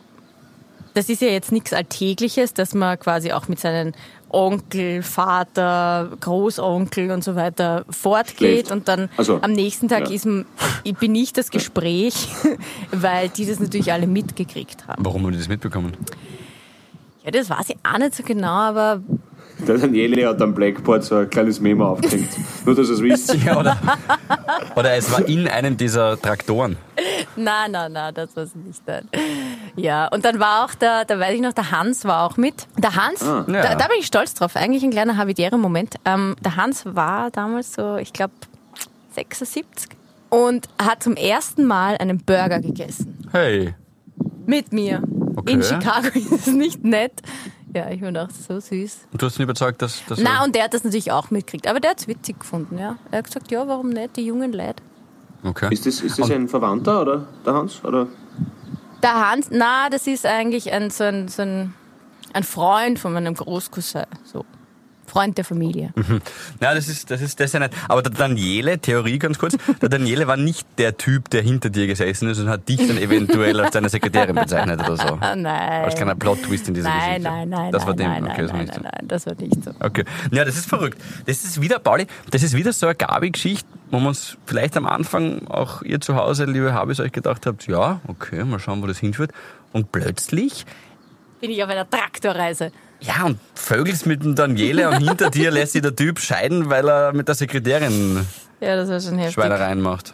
[SPEAKER 4] das ist ja jetzt nichts Alltägliches, dass man quasi auch mit seinen Onkel, Vater, Großonkel und so weiter fortgeht
[SPEAKER 2] Schläft.
[SPEAKER 4] und dann
[SPEAKER 2] Ach
[SPEAKER 3] Also,
[SPEAKER 2] so.
[SPEAKER 4] am nächsten Tag
[SPEAKER 2] Ja.
[SPEAKER 4] ist, m- bin ich das Gespräch, [laughs] weil die das natürlich alle mitgekriegt haben.
[SPEAKER 3] Warum haben die das mitbekommen?
[SPEAKER 4] Ja, das weiß ich auch nicht so genau, aber
[SPEAKER 2] Der Daniele hat am Blackboard so ein kleines Memo aufgehängt. Nur, dass ihr es wisst.
[SPEAKER 3] Ja, oder, [laughs] oder es war in einem dieser Traktoren.
[SPEAKER 4] Nein, nein, nein, das war es nicht. Nein. Ja, und dann war auch der, da weiß ich noch, der Hans war auch mit. Der Hans,
[SPEAKER 3] ja.
[SPEAKER 4] da, da bin ich stolz drauf, eigentlich ein kleiner habitärer Moment. Ähm, der Hans war damals so, ich glaube, 76 und hat zum ersten Mal einen Burger gegessen.
[SPEAKER 3] Hey,
[SPEAKER 4] Mit mir.
[SPEAKER 3] Okay.
[SPEAKER 4] In Chicago [laughs] ist es nicht nett. Ja, ich bin auch so süß.
[SPEAKER 3] und du hast ihn überzeugt, dass das.
[SPEAKER 4] Na, und der hat das natürlich auch mitgekriegt. Aber der hat es witzig gefunden, ja. Er hat gesagt, ja, warum nicht, die jungen Leute.
[SPEAKER 3] okay.
[SPEAKER 2] Ist das, ist das ein Verwandter, oder? Der Hans? Oder?
[SPEAKER 4] Der Hans, na, das ist eigentlich ein, so ein, so ein, ein Freund von meinem Großcousin. So. Freund der Familie.
[SPEAKER 3] Mhm. Na, das ist, das ist, das ist ja nicht. Aber der Daniele, Theorie ganz kurz, der Daniele war nicht der Typ, der hinter dir gesessen ist und hat dich dann eventuell als deine Sekretärin bezeichnet oder so.
[SPEAKER 4] [laughs] Ah, nein.
[SPEAKER 3] Als kleiner Plot-Twist in dieser
[SPEAKER 4] Nein,
[SPEAKER 3] Geschichte.
[SPEAKER 4] nein, nein.
[SPEAKER 3] Das
[SPEAKER 4] nein,
[SPEAKER 3] war dem,
[SPEAKER 4] nein,
[SPEAKER 3] okay,
[SPEAKER 4] nein,
[SPEAKER 3] das war
[SPEAKER 4] nein,
[SPEAKER 3] nicht
[SPEAKER 4] nein,
[SPEAKER 3] so.
[SPEAKER 4] nein, das war nicht so.
[SPEAKER 3] Okay. Ja, das ist verrückt. Das ist wieder, Pauli, das ist wieder so eine Gabi-Geschichte, wo man uns vielleicht am Anfang auch ihr zu Hause, liebe Habis, euch gedacht habt, ja, okay, mal schauen, wo das hinführt. Und plötzlich
[SPEAKER 4] Bin ich auf einer Traktorreise.
[SPEAKER 3] Ja, und vögelst mit dem Daniele und hinter dir lässt sich der Typ scheiden, weil er mit der Sekretärin
[SPEAKER 4] Ja, das war schon heftig.
[SPEAKER 3] Schweinereien macht.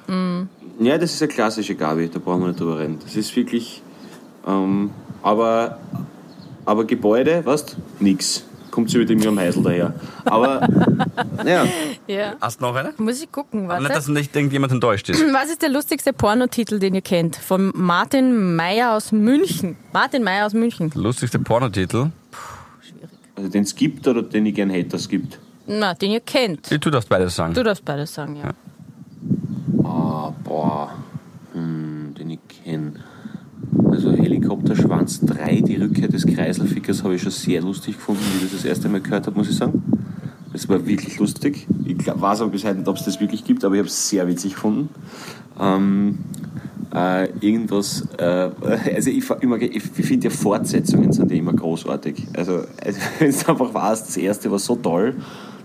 [SPEAKER 2] Ja, das ist eine klassische Gabi, da brauchen wir nicht drüber reden. Das ist wirklich. Ähm, aber, aber Gebäude, weißt Nix. Kommt sie mit dem Jürgen Heisel daher. Aber, [laughs] naja,
[SPEAKER 4] Ja.
[SPEAKER 3] Hast du noch eine?
[SPEAKER 4] Muss ich gucken,
[SPEAKER 3] Nicht, dass
[SPEAKER 4] warte.
[SPEAKER 3] nicht irgendjemand enttäuscht ist.
[SPEAKER 4] Was ist der lustigste Pornotitel, den ihr kennt? Von Martin Meyer aus München. Martin Meyer aus München.
[SPEAKER 3] Lustigste Pornotitel.
[SPEAKER 2] also den es gibt oder den ich gern hätte, es gibt.
[SPEAKER 4] Na, den ihr kennt.
[SPEAKER 3] Du darfst beides sagen.
[SPEAKER 4] Du darfst beides sagen, ja.
[SPEAKER 2] Ah, boah. Hm, den ich kenne. Also Helikopterschwanz 3, die Rückkehr des Kreiselfickers, habe ich schon sehr lustig gefunden, wie ich das das erste Mal gehört habe, muss ich sagen. Das war wirklich lustig. Ich glaub, weiß aber bis heute nicht, ob es das wirklich gibt, aber ich habe es sehr witzig gefunden. Ähm, äh, irgendwas, äh, also ich, fa- ich, mag- ich finde ja Fortsetzungen sind ja immer großartig. Also, also [laughs] wenn es einfach warst, das erste war so toll,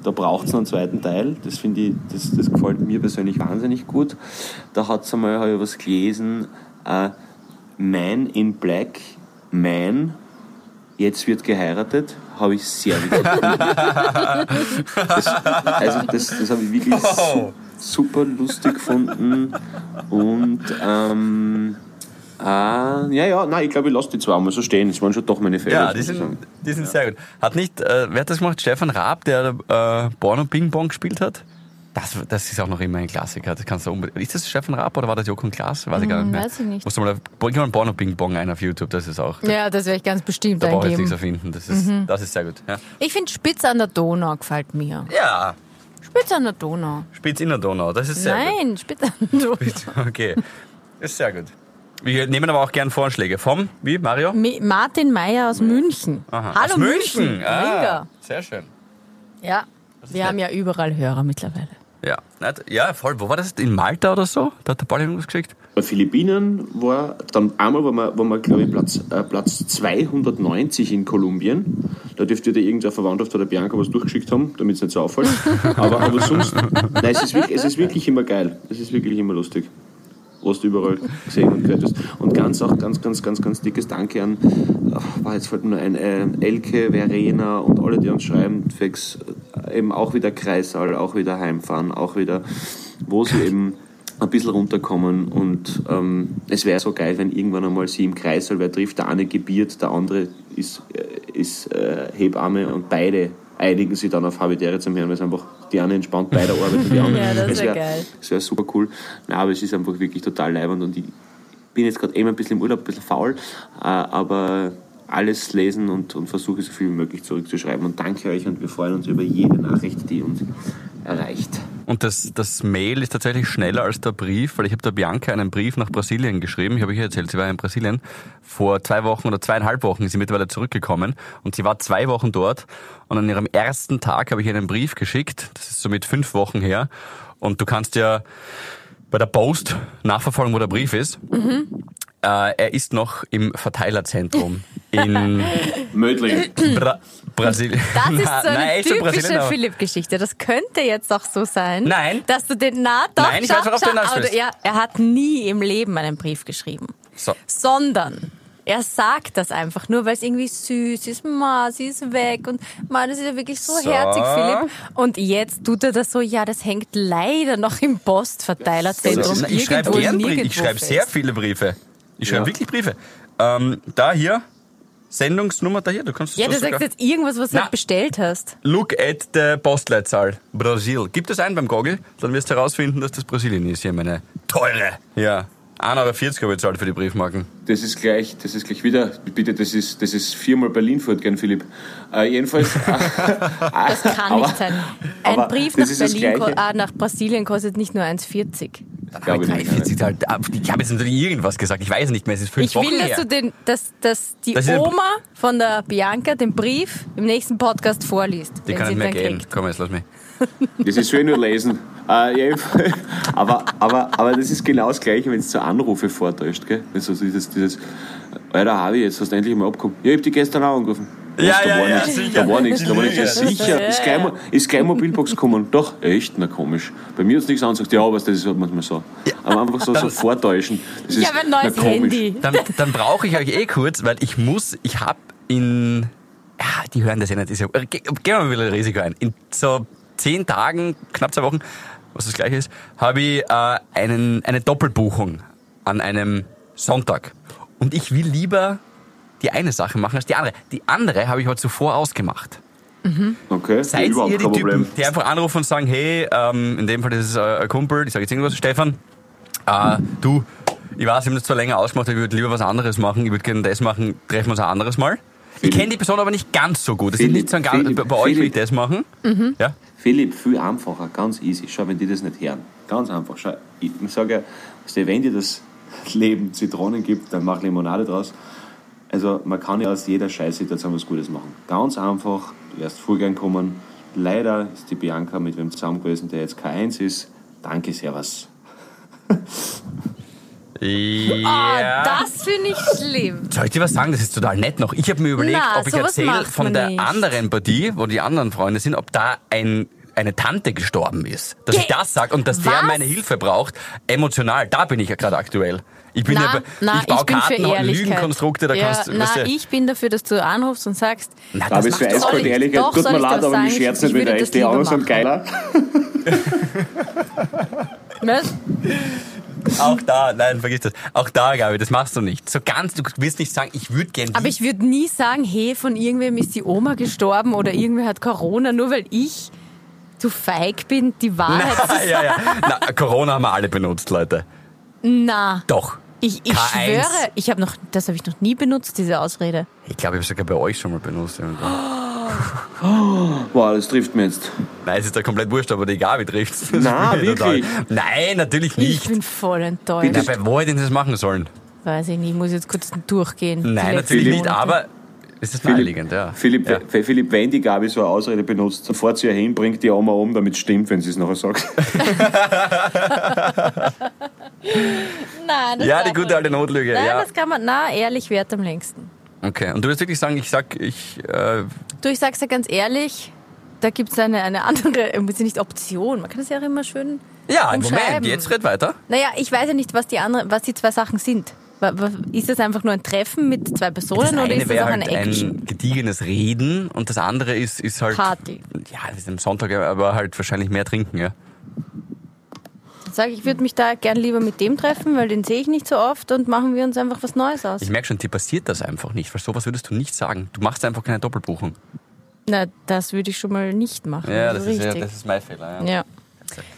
[SPEAKER 2] da braucht es einen zweiten Teil. Das finde ich, das, das gefällt mir persönlich wahnsinnig gut. Da hat es einmal, habe ich was gelesen, äh, Man in Black, Man, jetzt wird geheiratet, habe ich sehr witzig gefunden. das, also das, das habe ich wirklich
[SPEAKER 3] Wow.
[SPEAKER 2] super lustig gefunden. Und ähm, äh, ja, ja, nein, ich glaube, ich lasse die zwei einmal so stehen. Das waren schon doch meine Fälle.
[SPEAKER 3] Ja, die sind, die sind sehr gut. Hat nicht, äh, wer hat das gemacht? Stefan Raab, der äh, Porno Ping Pong gespielt hat? Das, das ist auch noch immer ein Klassiker. Das kannst du unbedingt. Ist das Stefan Raab oder war das Jokon Klaas? Weiß ich gar nicht mehr.
[SPEAKER 4] Hm, weiß ich nicht.
[SPEAKER 3] Musst du mal, bring mal Porno Ping Pong ein auf YouTube, das ist auch.
[SPEAKER 4] Ja, Mhm. das werde ich ganz bestimmt
[SPEAKER 3] Da brauche ich jetzt
[SPEAKER 4] eingeben.
[SPEAKER 3] nichts erfinden. Das ist, das ist sehr gut. Ja.
[SPEAKER 4] Ich finde Spitz an der Donau gefällt mir.
[SPEAKER 3] ja.
[SPEAKER 4] Spitz an der Donau.
[SPEAKER 3] Spitz in der Donau, das ist sehr
[SPEAKER 4] Nein, Spitz [laughs] an der Donau.
[SPEAKER 3] gut. [laughs] Okay, ist sehr gut. Wir nehmen aber auch gern Vorschläge. Vom, wie, Mario?
[SPEAKER 4] Mi- Martin Meyer aus München.
[SPEAKER 3] Aha.
[SPEAKER 4] Hm. Hallo
[SPEAKER 3] Aus
[SPEAKER 4] München.
[SPEAKER 3] Ah,
[SPEAKER 4] Riga.
[SPEAKER 3] sehr schön.
[SPEAKER 4] Ja. Wir haben ja überall Hörer mittlerweile.
[SPEAKER 3] Ja. Na, ja, voll. Wo war das? In Malta oder so? Da hat der Pauli irgendwas geschickt.
[SPEAKER 2] Bei Philippinen war, dann einmal waren wir, waren wir glaube ich, Platz, äh, Platz 290 in Kolumbien. Da dürfte dir irgendeine Verwandtschaft oder Bianca was durchgeschickt haben, damit es nicht so auffällt. aber, aber sonst, nein, es ist, wirklich, es ist wirklich immer geil. Es ist wirklich immer lustig. was du überall gesehen und gehört hast. Und ganz, auch ganz, ganz, ganz, ganz dickes Danke an, ach, boah, jetzt fällt mir nur ein, äh, Elke, Verena und alle, die uns schreiben, fix, äh, eben auch wieder Kreisall, auch wieder heimfahren, auch wieder, wo sie eben ein bisschen runterkommen und ähm, es wäre so geil, wenn irgendwann einmal sie im Kreisall wer trifft, der eine gebiert, der andere ist, äh, ist äh, Hebamme und beide einigen sich dann auf Habitäre zum Herrn, weil es einfach die eine entspannt, beide arbeiten
[SPEAKER 4] [laughs]
[SPEAKER 2] die andere.
[SPEAKER 4] Ja, das
[SPEAKER 2] Es
[SPEAKER 4] wär
[SPEAKER 2] wär-
[SPEAKER 4] geil.
[SPEAKER 2] Es wäre super cool. Nein, aber es ist einfach wirklich total leibend und ich bin jetzt gerade eben ein bisschen im Urlaub, ein bisschen faul, äh, aber alles lesen und, und versuche so viel wie möglich zurückzuschreiben und danke euch und wir freuen uns über jede Nachricht, die uns erreicht.
[SPEAKER 3] Und das, das Mail ist tatsächlich schneller als der Brief, weil ich habe der Bianca einen Brief nach Brasilien geschrieben. Ich habe euch ja erzählt, sie war in Brasilien. Vor zwei Wochen oder zweieinhalb Wochen ist sie mittlerweile zurückgekommen und sie war zwei Wochen dort. Und an ihrem ersten Tag habe ich ihr einen Brief geschickt. Das ist somit fünf Wochen her. Und du kannst ja bei der Post nachverfolgen, wo der Brief ist.
[SPEAKER 4] Mhm.
[SPEAKER 3] Äh, er ist noch im Verteilerzentrum
[SPEAKER 4] [laughs]
[SPEAKER 3] in
[SPEAKER 4] [coughs]
[SPEAKER 2] Mödling.
[SPEAKER 3] Bra Brasilien.
[SPEAKER 4] Das ist so
[SPEAKER 3] [laughs] Nein,
[SPEAKER 4] eine
[SPEAKER 3] echt so Brasilien,
[SPEAKER 4] typische
[SPEAKER 3] aber-
[SPEAKER 4] Philipp-Geschichte. Das könnte jetzt auch so sein.
[SPEAKER 3] Nein.
[SPEAKER 4] Dass du den, na doch,
[SPEAKER 3] Nein, ich weiß,
[SPEAKER 4] schau,
[SPEAKER 3] worauf du
[SPEAKER 4] schau,
[SPEAKER 3] hinaus
[SPEAKER 4] aber
[SPEAKER 3] willst.
[SPEAKER 4] er, er hat nie im Leben einen Brief geschrieben.
[SPEAKER 3] So.
[SPEAKER 4] Sondern er sagt das einfach nur, weil es irgendwie süß ist. Ma, sie ist weg und ma, das ist ja wirklich so,
[SPEAKER 3] So.
[SPEAKER 4] herzig, Philipp. Und jetzt tut er das so, ja, das hängt leider noch im Postverteilerzentrum
[SPEAKER 3] Also, ich schreibe
[SPEAKER 4] irgendwo
[SPEAKER 3] gern Briefe.
[SPEAKER 4] nirgendwo
[SPEAKER 3] Ich schreibe
[SPEAKER 4] fest.
[SPEAKER 3] sehr viele Briefe. Ich schreibe
[SPEAKER 2] Ja.
[SPEAKER 3] wirklich Briefe. Ähm, da hier, Sendungsnummer da hier, du kannst es
[SPEAKER 4] Ja,
[SPEAKER 3] so
[SPEAKER 4] du sagst
[SPEAKER 3] sogar-
[SPEAKER 4] jetzt irgendwas, was du
[SPEAKER 3] Na.
[SPEAKER 4] nicht bestellt hast.
[SPEAKER 3] Look at the Postleitzahl. Brasil. Gib das ein beim Goggle, dann wirst du herausfinden, dass das Brasilien ist hier, meine teure. Ja. 1,40 Euro habe ich bezahlt für die Briefmarken.
[SPEAKER 2] Das ist gleich, das ist gleich wieder, bitte, das ist, das ist viermal Berlin fortgehen, Philipp. Äh,
[SPEAKER 4] [laughs]
[SPEAKER 2] jedenfalls. das
[SPEAKER 4] Kann nicht sein.
[SPEAKER 3] [laughs]
[SPEAKER 4] Ein
[SPEAKER 2] aber
[SPEAKER 4] Brief nach
[SPEAKER 2] das ist das
[SPEAKER 4] Berlin, ko-
[SPEAKER 2] Gleiche.
[SPEAKER 4] ah, nach Brasilien kostet nicht nur 1,40.
[SPEAKER 2] Glaube ich nicht.
[SPEAKER 3] 3,40 halt. Ah, Ich habe jetzt natürlich irgendwas gesagt, ich weiß nicht mehr, es ist fünf
[SPEAKER 4] Ich
[SPEAKER 3] Wochen
[SPEAKER 4] will, dass
[SPEAKER 3] her.
[SPEAKER 4] du den, dass, dass die
[SPEAKER 3] Das ist ein Br-
[SPEAKER 4] Oma von der Bianca den Brief im nächsten Podcast vorliest.
[SPEAKER 3] Die
[SPEAKER 4] wenn
[SPEAKER 3] kann
[SPEAKER 4] sie
[SPEAKER 3] nicht mehr
[SPEAKER 4] ihn dann
[SPEAKER 3] gehen.
[SPEAKER 4] kriegt.
[SPEAKER 3] Komm, jetzt lass mich.
[SPEAKER 2] Das ist schön nur lesen. Äh, jedenfalls- [laughs] aber, aber, aber das ist genau das Gleiche, wenn es zu Anrufe vortäuscht, gell? Wenn so dieses, dieses, Alter, habe ich jetzt, hast du endlich mal abgekommen. Ja, ich hab die gestern auch angerufen. Was,
[SPEAKER 3] Ja,
[SPEAKER 2] da
[SPEAKER 3] ja,
[SPEAKER 2] war
[SPEAKER 3] ja,
[SPEAKER 2] nichts,
[SPEAKER 3] sicher.
[SPEAKER 2] Da war nichts, da war nichts. Ja,
[SPEAKER 3] Ja,
[SPEAKER 2] sicher, ist gleich, mo- ist gleich Mobilbox gekommen. Doch, echt, na komisch. Bei mir hat es nichts angesagt, ja, aber das ist halt manchmal so. Aber einfach so, so vortäuschen. Das
[SPEAKER 4] Ich
[SPEAKER 2] ist,
[SPEAKER 4] habe ein
[SPEAKER 2] na,
[SPEAKER 4] neues
[SPEAKER 2] komisch.
[SPEAKER 4] Handy.
[SPEAKER 3] Dann, dann brauche ich euch eh kurz, weil ich muss, ich hab in, ja, die hören das ja nicht, ist ja, äh, ge- gehen wir mal wieder ein Risiko ein. In so zehn Tagen, knapp zwei Wochen, was das gleiche ist, habe ich äh, einen, eine Doppelbuchung an einem Sonntag. Und ich will lieber die eine Sache machen als die andere. Die andere habe ich heute zuvor ausgemacht.
[SPEAKER 2] Okay,
[SPEAKER 3] Seid
[SPEAKER 2] überhaupt
[SPEAKER 3] ihr die
[SPEAKER 2] kein Problem.
[SPEAKER 3] Typen, die einfach anrufen und sagen, hey, ähm, in dem Fall ist es äh, ein Kumpel, ich sage jetzt irgendwas, Stefan, äh, du, ich weiß, ich habe das zwar länger ausgemacht, aber ich würde lieber was anderes machen, ich würde gerne das machen, treffen wir uns ein anderes Mal. Ich
[SPEAKER 2] Philipp.
[SPEAKER 3] kenne die Person aber nicht ganz so gut. Das sind
[SPEAKER 2] Philipp,
[SPEAKER 3] nicht so ein ganz,
[SPEAKER 2] Philipp,
[SPEAKER 3] bei, bei euch will ich
[SPEAKER 2] Philipp.
[SPEAKER 3] das machen. Ja?
[SPEAKER 2] Philipp, viel einfacher, ganz easy. Schau, wenn die das nicht hören. Ganz einfach. Schau, ich sage ja, weißt du, wenn dir das [laughs] Leben Zitronen gibt, dann mach Limonade draus. Also man kann ja aus jeder Scheißsituation was Gutes machen. Ganz einfach, du wirst vorgern kommen. Leider ist die Bianca mit wem zusammen gewesen, der jetzt K1 ist. Danke, Servus.
[SPEAKER 4] Ah,
[SPEAKER 3] Ja.
[SPEAKER 4] das finde ich schlimm.
[SPEAKER 3] Soll ich dir was sagen? Das ist total nett noch. Ich habe mir überlegt,
[SPEAKER 4] Na,
[SPEAKER 3] ob ich
[SPEAKER 4] sowas
[SPEAKER 3] erzähle
[SPEAKER 4] macht
[SPEAKER 3] von
[SPEAKER 4] man
[SPEAKER 3] der
[SPEAKER 4] nicht.
[SPEAKER 3] anderen Partie, wo die anderen Freunde sind, ob da ein, eine Tante gestorben ist. Dass ich
[SPEAKER 4] Ge-
[SPEAKER 3] das sage und dass der
[SPEAKER 4] Was?
[SPEAKER 3] meine Hilfe braucht, emotional. Da bin ich ja gerade aktuell. Ich bin ja,
[SPEAKER 4] Na,
[SPEAKER 3] bei-
[SPEAKER 4] na,
[SPEAKER 3] ich baue
[SPEAKER 4] bin für
[SPEAKER 3] Karten,
[SPEAKER 4] Ehrlichkeit.
[SPEAKER 3] Lügenkonstrukte, da
[SPEAKER 4] ja,
[SPEAKER 3] kannst du,
[SPEAKER 4] na,
[SPEAKER 3] weißt du-
[SPEAKER 4] ich bin dafür, dass du anrufst und sagst,
[SPEAKER 3] na,
[SPEAKER 2] Da
[SPEAKER 3] das
[SPEAKER 2] habe ich für
[SPEAKER 3] macht-
[SPEAKER 4] doch
[SPEAKER 2] eiskalt
[SPEAKER 4] nicht.
[SPEAKER 2] ehrlich,
[SPEAKER 4] Doch,
[SPEAKER 2] tut
[SPEAKER 4] soll
[SPEAKER 2] mir
[SPEAKER 4] ich
[SPEAKER 2] leid,
[SPEAKER 4] das
[SPEAKER 2] aber
[SPEAKER 4] sagen?
[SPEAKER 2] mich scherzt
[SPEAKER 4] Ich
[SPEAKER 2] nicht, wenn
[SPEAKER 4] würde
[SPEAKER 2] der
[SPEAKER 4] das
[SPEAKER 2] SD
[SPEAKER 4] lieber
[SPEAKER 2] auch sind
[SPEAKER 4] machen.
[SPEAKER 2] geiler.
[SPEAKER 4] was?
[SPEAKER 3] auch da, nein, vergiss das. Auch da, Gabi, das machst du nicht. So ganz, du wirst nicht sagen, ich würde gerne
[SPEAKER 4] aber ich [laughs] würde nie sagen, hey, von irgendwem ist die Oma gestorben oder irgendwer hat Corona, nur weil ich zu feig bin, die Wahrheit zu
[SPEAKER 3] na, [laughs] ja, ja. Na, Corona haben wir alle benutzt, Leute.
[SPEAKER 4] Na,
[SPEAKER 3] Doch.
[SPEAKER 4] ich, ich
[SPEAKER 3] K1.
[SPEAKER 4] schwöre, ich habe noch, das habe ich noch nie benutzt, diese Ausrede.
[SPEAKER 3] Ich glaube, ich habe sogar bei euch schon mal benutzt. irgendwann.
[SPEAKER 2] Boah, das trifft mir jetzt.
[SPEAKER 3] Nein, es ist ja komplett wurscht, aber die Gabi trifft's. Das
[SPEAKER 2] Na,
[SPEAKER 3] ist mir total-
[SPEAKER 2] wirklich?
[SPEAKER 3] Nein, natürlich
[SPEAKER 4] Ich
[SPEAKER 3] nicht.
[SPEAKER 4] bin voll enttäuscht.
[SPEAKER 3] Na, bei wo hätte ich das machen sollen?
[SPEAKER 4] Weiß ich nicht, ich muss jetzt kurz durchgehen. die
[SPEAKER 3] Nein,
[SPEAKER 4] letzten
[SPEAKER 3] natürlich nicht,
[SPEAKER 4] Monate.
[SPEAKER 3] aber es ist naheliegend, ja.
[SPEAKER 2] Philipp,
[SPEAKER 3] ja.
[SPEAKER 2] F- Philipp, wenn die Gabi so eine Ausrede benutzt, sofort zu ihr hin, bringt die Oma um, damit es stimmt, wenn sie es nachher sagt.
[SPEAKER 4] Nein, das
[SPEAKER 3] ja,
[SPEAKER 4] darf
[SPEAKER 3] die gute
[SPEAKER 4] man
[SPEAKER 3] alte
[SPEAKER 4] nicht.
[SPEAKER 3] Notlüge,
[SPEAKER 4] Nein,
[SPEAKER 3] ja.
[SPEAKER 4] das kann man, na, ehrlich wert am längsten.
[SPEAKER 3] Okay, und du willst wirklich sagen, ich sag, ich, äh,
[SPEAKER 4] Du, ich sag's dir ganz ehrlich, da gibt's eine, eine andere, [laughs] ein bisschen nicht Option. Man kann das ja auch immer schön.
[SPEAKER 3] ja, Moment,
[SPEAKER 4] Umschreiben.
[SPEAKER 3] jetzt red weiter.
[SPEAKER 4] Naja, ich weiß ja nicht, was die, andere, was die zwei Sachen sind. Wa- wa- Ist das einfach nur ein Treffen mit zwei Personen oder ist das
[SPEAKER 3] wäre
[SPEAKER 4] auch
[SPEAKER 3] halt
[SPEAKER 4] eine Action?
[SPEAKER 3] ein gediegenes Reden und das andere ist, ist halt...
[SPEAKER 4] Party.
[SPEAKER 3] Ja, das ist am Sonntag, aber halt wahrscheinlich mehr trinken, ja.
[SPEAKER 4] Sag, ich würde mich da gern lieber mit dem treffen, weil den sehe ich nicht so oft und machen wir uns einfach was Neues aus.
[SPEAKER 3] Ich merke schon, dir passiert das einfach nicht, weil sowas würdest du nicht sagen. Du machst einfach keine Doppelbuchung.
[SPEAKER 4] Na, das würde ich schon mal nicht machen. also richtig.
[SPEAKER 3] ist mein Fehler.
[SPEAKER 4] Ja.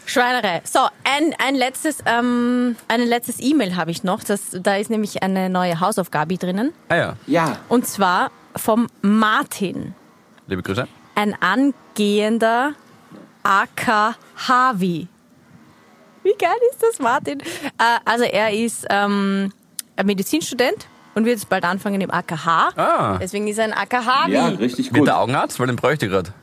[SPEAKER 4] Schweinerei. So, ein, ein letztes ähm, ein letztes E-Mail habe ich noch. Das, da ist nämlich eine neue Hausaufgabe drinnen.
[SPEAKER 3] Ah ja,
[SPEAKER 2] Ja,
[SPEAKER 4] Und zwar vom Martin.
[SPEAKER 3] liebe Grüße.
[SPEAKER 4] Ein angehender AK Harvey. Wie geil ist das, Martin? Äh, also er ist ähm, ein Medizinstudent und wird jetzt bald anfangen im AKH.
[SPEAKER 3] Ah.
[SPEAKER 4] Deswegen ist er ein AK Harvey.
[SPEAKER 2] ja, richtig
[SPEAKER 3] Wird
[SPEAKER 2] gut.
[SPEAKER 3] der Augenarzt? Weil den bräuchte ich gerade.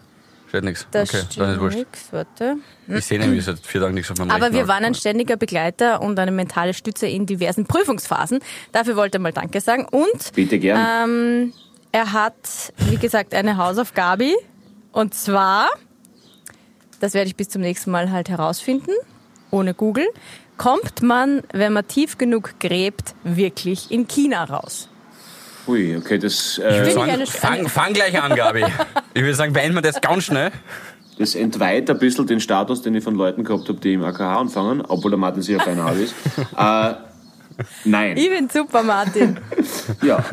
[SPEAKER 3] Steht nichts.
[SPEAKER 4] Das
[SPEAKER 3] Okay,
[SPEAKER 4] stimmt.
[SPEAKER 3] dann ist wurscht.
[SPEAKER 4] Warte.
[SPEAKER 3] Ich sehe nämlich seit vier Tagen nichts auf meinem
[SPEAKER 4] Aber
[SPEAKER 3] rechten
[SPEAKER 4] wir
[SPEAKER 3] Auge.
[SPEAKER 4] waren ein ständiger Begleiter und eine mentale Stütze in diversen Prüfungsphasen. Dafür wollte er mal Danke sagen. Und
[SPEAKER 2] Bitte gern.
[SPEAKER 4] ähm, er hat, wie gesagt, eine Hausaufgabe. Und zwar, das werde ich bis zum nächsten Mal halt herausfinden, ohne Google, kommt man, wenn man tief genug gräbt, wirklich in China raus?
[SPEAKER 2] Ui, okay, das,
[SPEAKER 3] Ich
[SPEAKER 2] äh,
[SPEAKER 3] würde
[SPEAKER 4] Finde
[SPEAKER 3] sagen,
[SPEAKER 4] ich eine-
[SPEAKER 3] fang, fang gleich an, Gabi. Ich würde sagen, beenden wir das ganz schnell.
[SPEAKER 2] das entweiht ein bisschen den Status, den ich von Leuten gehabt habe, die im AKH anfangen, obwohl der Martin sicher keiner hat ist. Äh, nein.
[SPEAKER 4] Ich bin
[SPEAKER 2] [laughs]
[SPEAKER 4] super, Martin.
[SPEAKER 2] Ja.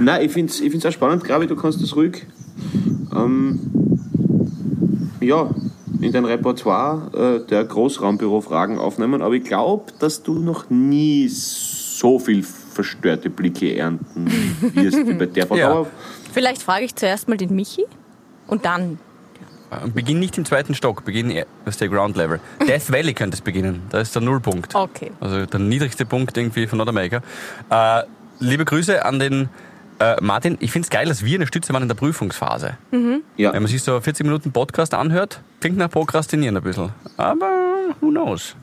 [SPEAKER 2] Nein, ich finde es ich find's auch spannend. Gabi, du kannst das ruhig. Ähm, ja, in dein Repertoire äh, der Großraumbüro-Fragen aufnehmen. Aber ich glaube, dass du noch nie so viel verstörte Blicke ernten wirst wie bei der Frau.
[SPEAKER 3] Ja.
[SPEAKER 2] Aber
[SPEAKER 4] Vielleicht frage ich zuerst mal den Michi und dann.
[SPEAKER 3] Äh, Beginn nicht im zweiten Stock, beginn eher- das ist der Ground Level. Death Valley könnte es beginnen, da ist der Nullpunkt.
[SPEAKER 4] Okay.
[SPEAKER 3] Also der niedrigste Punkt irgendwie von Nordamerika. Äh, liebe Grüße an den äh, Martin. Ich finde es geil, dass wir eine Stütze waren in der Prüfungsphase.
[SPEAKER 2] ja.
[SPEAKER 3] Wenn man sich so 40 Minuten Podcast anhört, klingt nach Prokrastinieren ein bisschen. Aber who knows?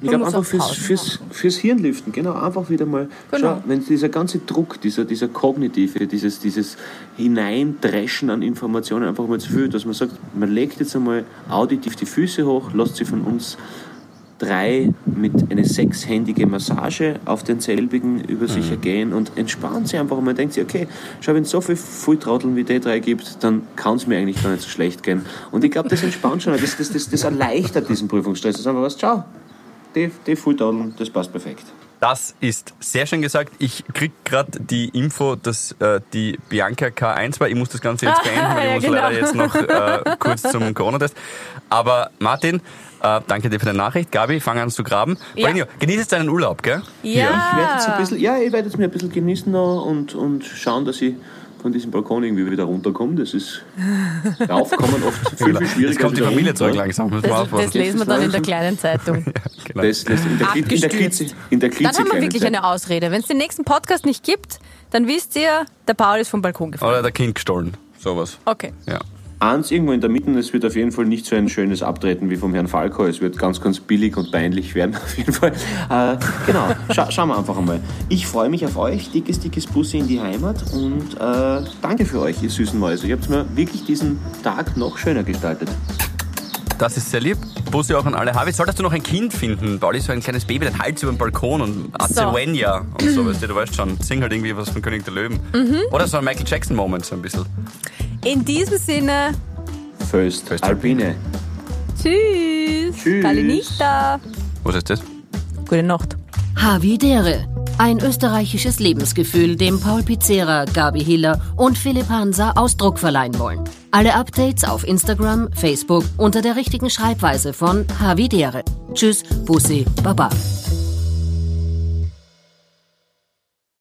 [SPEAKER 2] Ich glaube
[SPEAKER 4] muss
[SPEAKER 2] einfach
[SPEAKER 4] auch
[SPEAKER 2] fürs,
[SPEAKER 4] Pausen
[SPEAKER 2] fürs, fürs Hirnlüften, genau, einfach wieder mal.
[SPEAKER 4] Genau.
[SPEAKER 2] Schau, wenn dieser ganze Druck, dieser, dieser kognitive, dieses, dieses Hineindreschen an Informationen einfach mal zu viel, dass man sagt, man legt jetzt einmal auditiv die Füße hoch, lässt sie von uns drei mit eine sechshändige Massage auf den selbigen über sich ergehen und entspannt sie einfach mal. Denkt sie, okay, schau, wenn es so viel Fulltrotteln wie die drei gibt, dann kann es mir eigentlich gar nicht so schlecht gehen. Und ich glaube, das entspannt schon, das, das, das, das erleichtert diesen Prüfungsstress. Das ist einfach was, ciao, die, die Fulltadeln, das passt perfekt.
[SPEAKER 3] Das ist sehr schön gesagt. Ich krieg gerade die Info, dass äh, die Bianca K1 war. Ich muss das Ganze
[SPEAKER 4] [laughs]
[SPEAKER 3] jetzt beenden, weil ich
[SPEAKER 4] ja,
[SPEAKER 3] muss
[SPEAKER 4] genau.
[SPEAKER 3] leider jetzt noch
[SPEAKER 4] [laughs]
[SPEAKER 3] äh, kurz zum Corona-Test. Aber Martin, äh, danke dir für deine Nachricht. Gabi, fang an zu graben.
[SPEAKER 4] Ja.
[SPEAKER 3] Brenio, genieß jetzt deinen Urlaub, gell?
[SPEAKER 2] Ich werde jetzt
[SPEAKER 4] Ja.
[SPEAKER 2] ein bisschen, ja, ich werde jetzt mir ein bisschen genießen noch und, und schauen, dass ich von diesem Balkon irgendwie wieder runterkomme. Das
[SPEAKER 4] [laughs]
[SPEAKER 2] ist raufkommen oft viel, viel schwieriger.
[SPEAKER 3] Jetzt kommt die
[SPEAKER 2] als ne? wieder
[SPEAKER 3] Familie
[SPEAKER 2] runter.
[SPEAKER 3] zurück langsam. Müssen wir
[SPEAKER 4] Das,
[SPEAKER 3] aufpassen.
[SPEAKER 4] das lesen wir dann in der
[SPEAKER 2] [laughs]
[SPEAKER 4] kleinen Zeitung.
[SPEAKER 3] Genau.
[SPEAKER 2] Das lässt in der, Kli- in der,
[SPEAKER 4] Abgestürzt.
[SPEAKER 2] Klitze, in der
[SPEAKER 4] Dann haben wir
[SPEAKER 2] klitzekleinen
[SPEAKER 4] wirklich
[SPEAKER 2] Zeit.
[SPEAKER 4] eine Ausrede. Wenn es den nächsten Podcast nicht gibt, dann wisst ihr, der Paul ist vom Balkon gefallen.
[SPEAKER 3] Oder der Kind gestohlen. Sowas.
[SPEAKER 4] Okay.
[SPEAKER 3] Ja.
[SPEAKER 2] Eins irgendwo in der Mitte, es wird auf jeden Fall nicht so ein schönes Abtreten wie vom Herrn Falco. Es wird ganz, ganz billig und peinlich werden, [laughs] auf jeden Fall. Äh, genau, Scha schauen wir einfach einmal. Ich freue mich auf euch. Dickes, dickes Pussy in die Heimat und äh, danke für euch, ihr süßen Mäuse. Ihr habt mir wirklich diesen Tag noch schöner gestaltet.
[SPEAKER 3] Das ist sehr lieb. Bussi auch an alle Harvey. Solltest du noch ein Kind finden, Pauli, so ein kleines Baby, dann halt über den Balkon und Azewenia und so, weißt du, du weißt schon. Sing halt irgendwie was von König der Löwen. Oder so ein Michael Jackson-Moment so ein bisschen.
[SPEAKER 4] In diesem Sinne,
[SPEAKER 2] First,
[SPEAKER 3] First
[SPEAKER 2] Alpine.
[SPEAKER 4] tschüss.
[SPEAKER 2] Tschüss.
[SPEAKER 4] Kalinichta.
[SPEAKER 3] Was ist das?
[SPEAKER 4] Gute Nacht.
[SPEAKER 1] Havidere. Ein österreichisches Lebensgefühl, dem Paul Pizzera, Gabi Hiller und Philipp Hansa Ausdruck verleihen wollen. Alle Updates auf Instagram, Facebook unter der richtigen Schreibweise von Havidere. Tschüss, Bussi, Baba.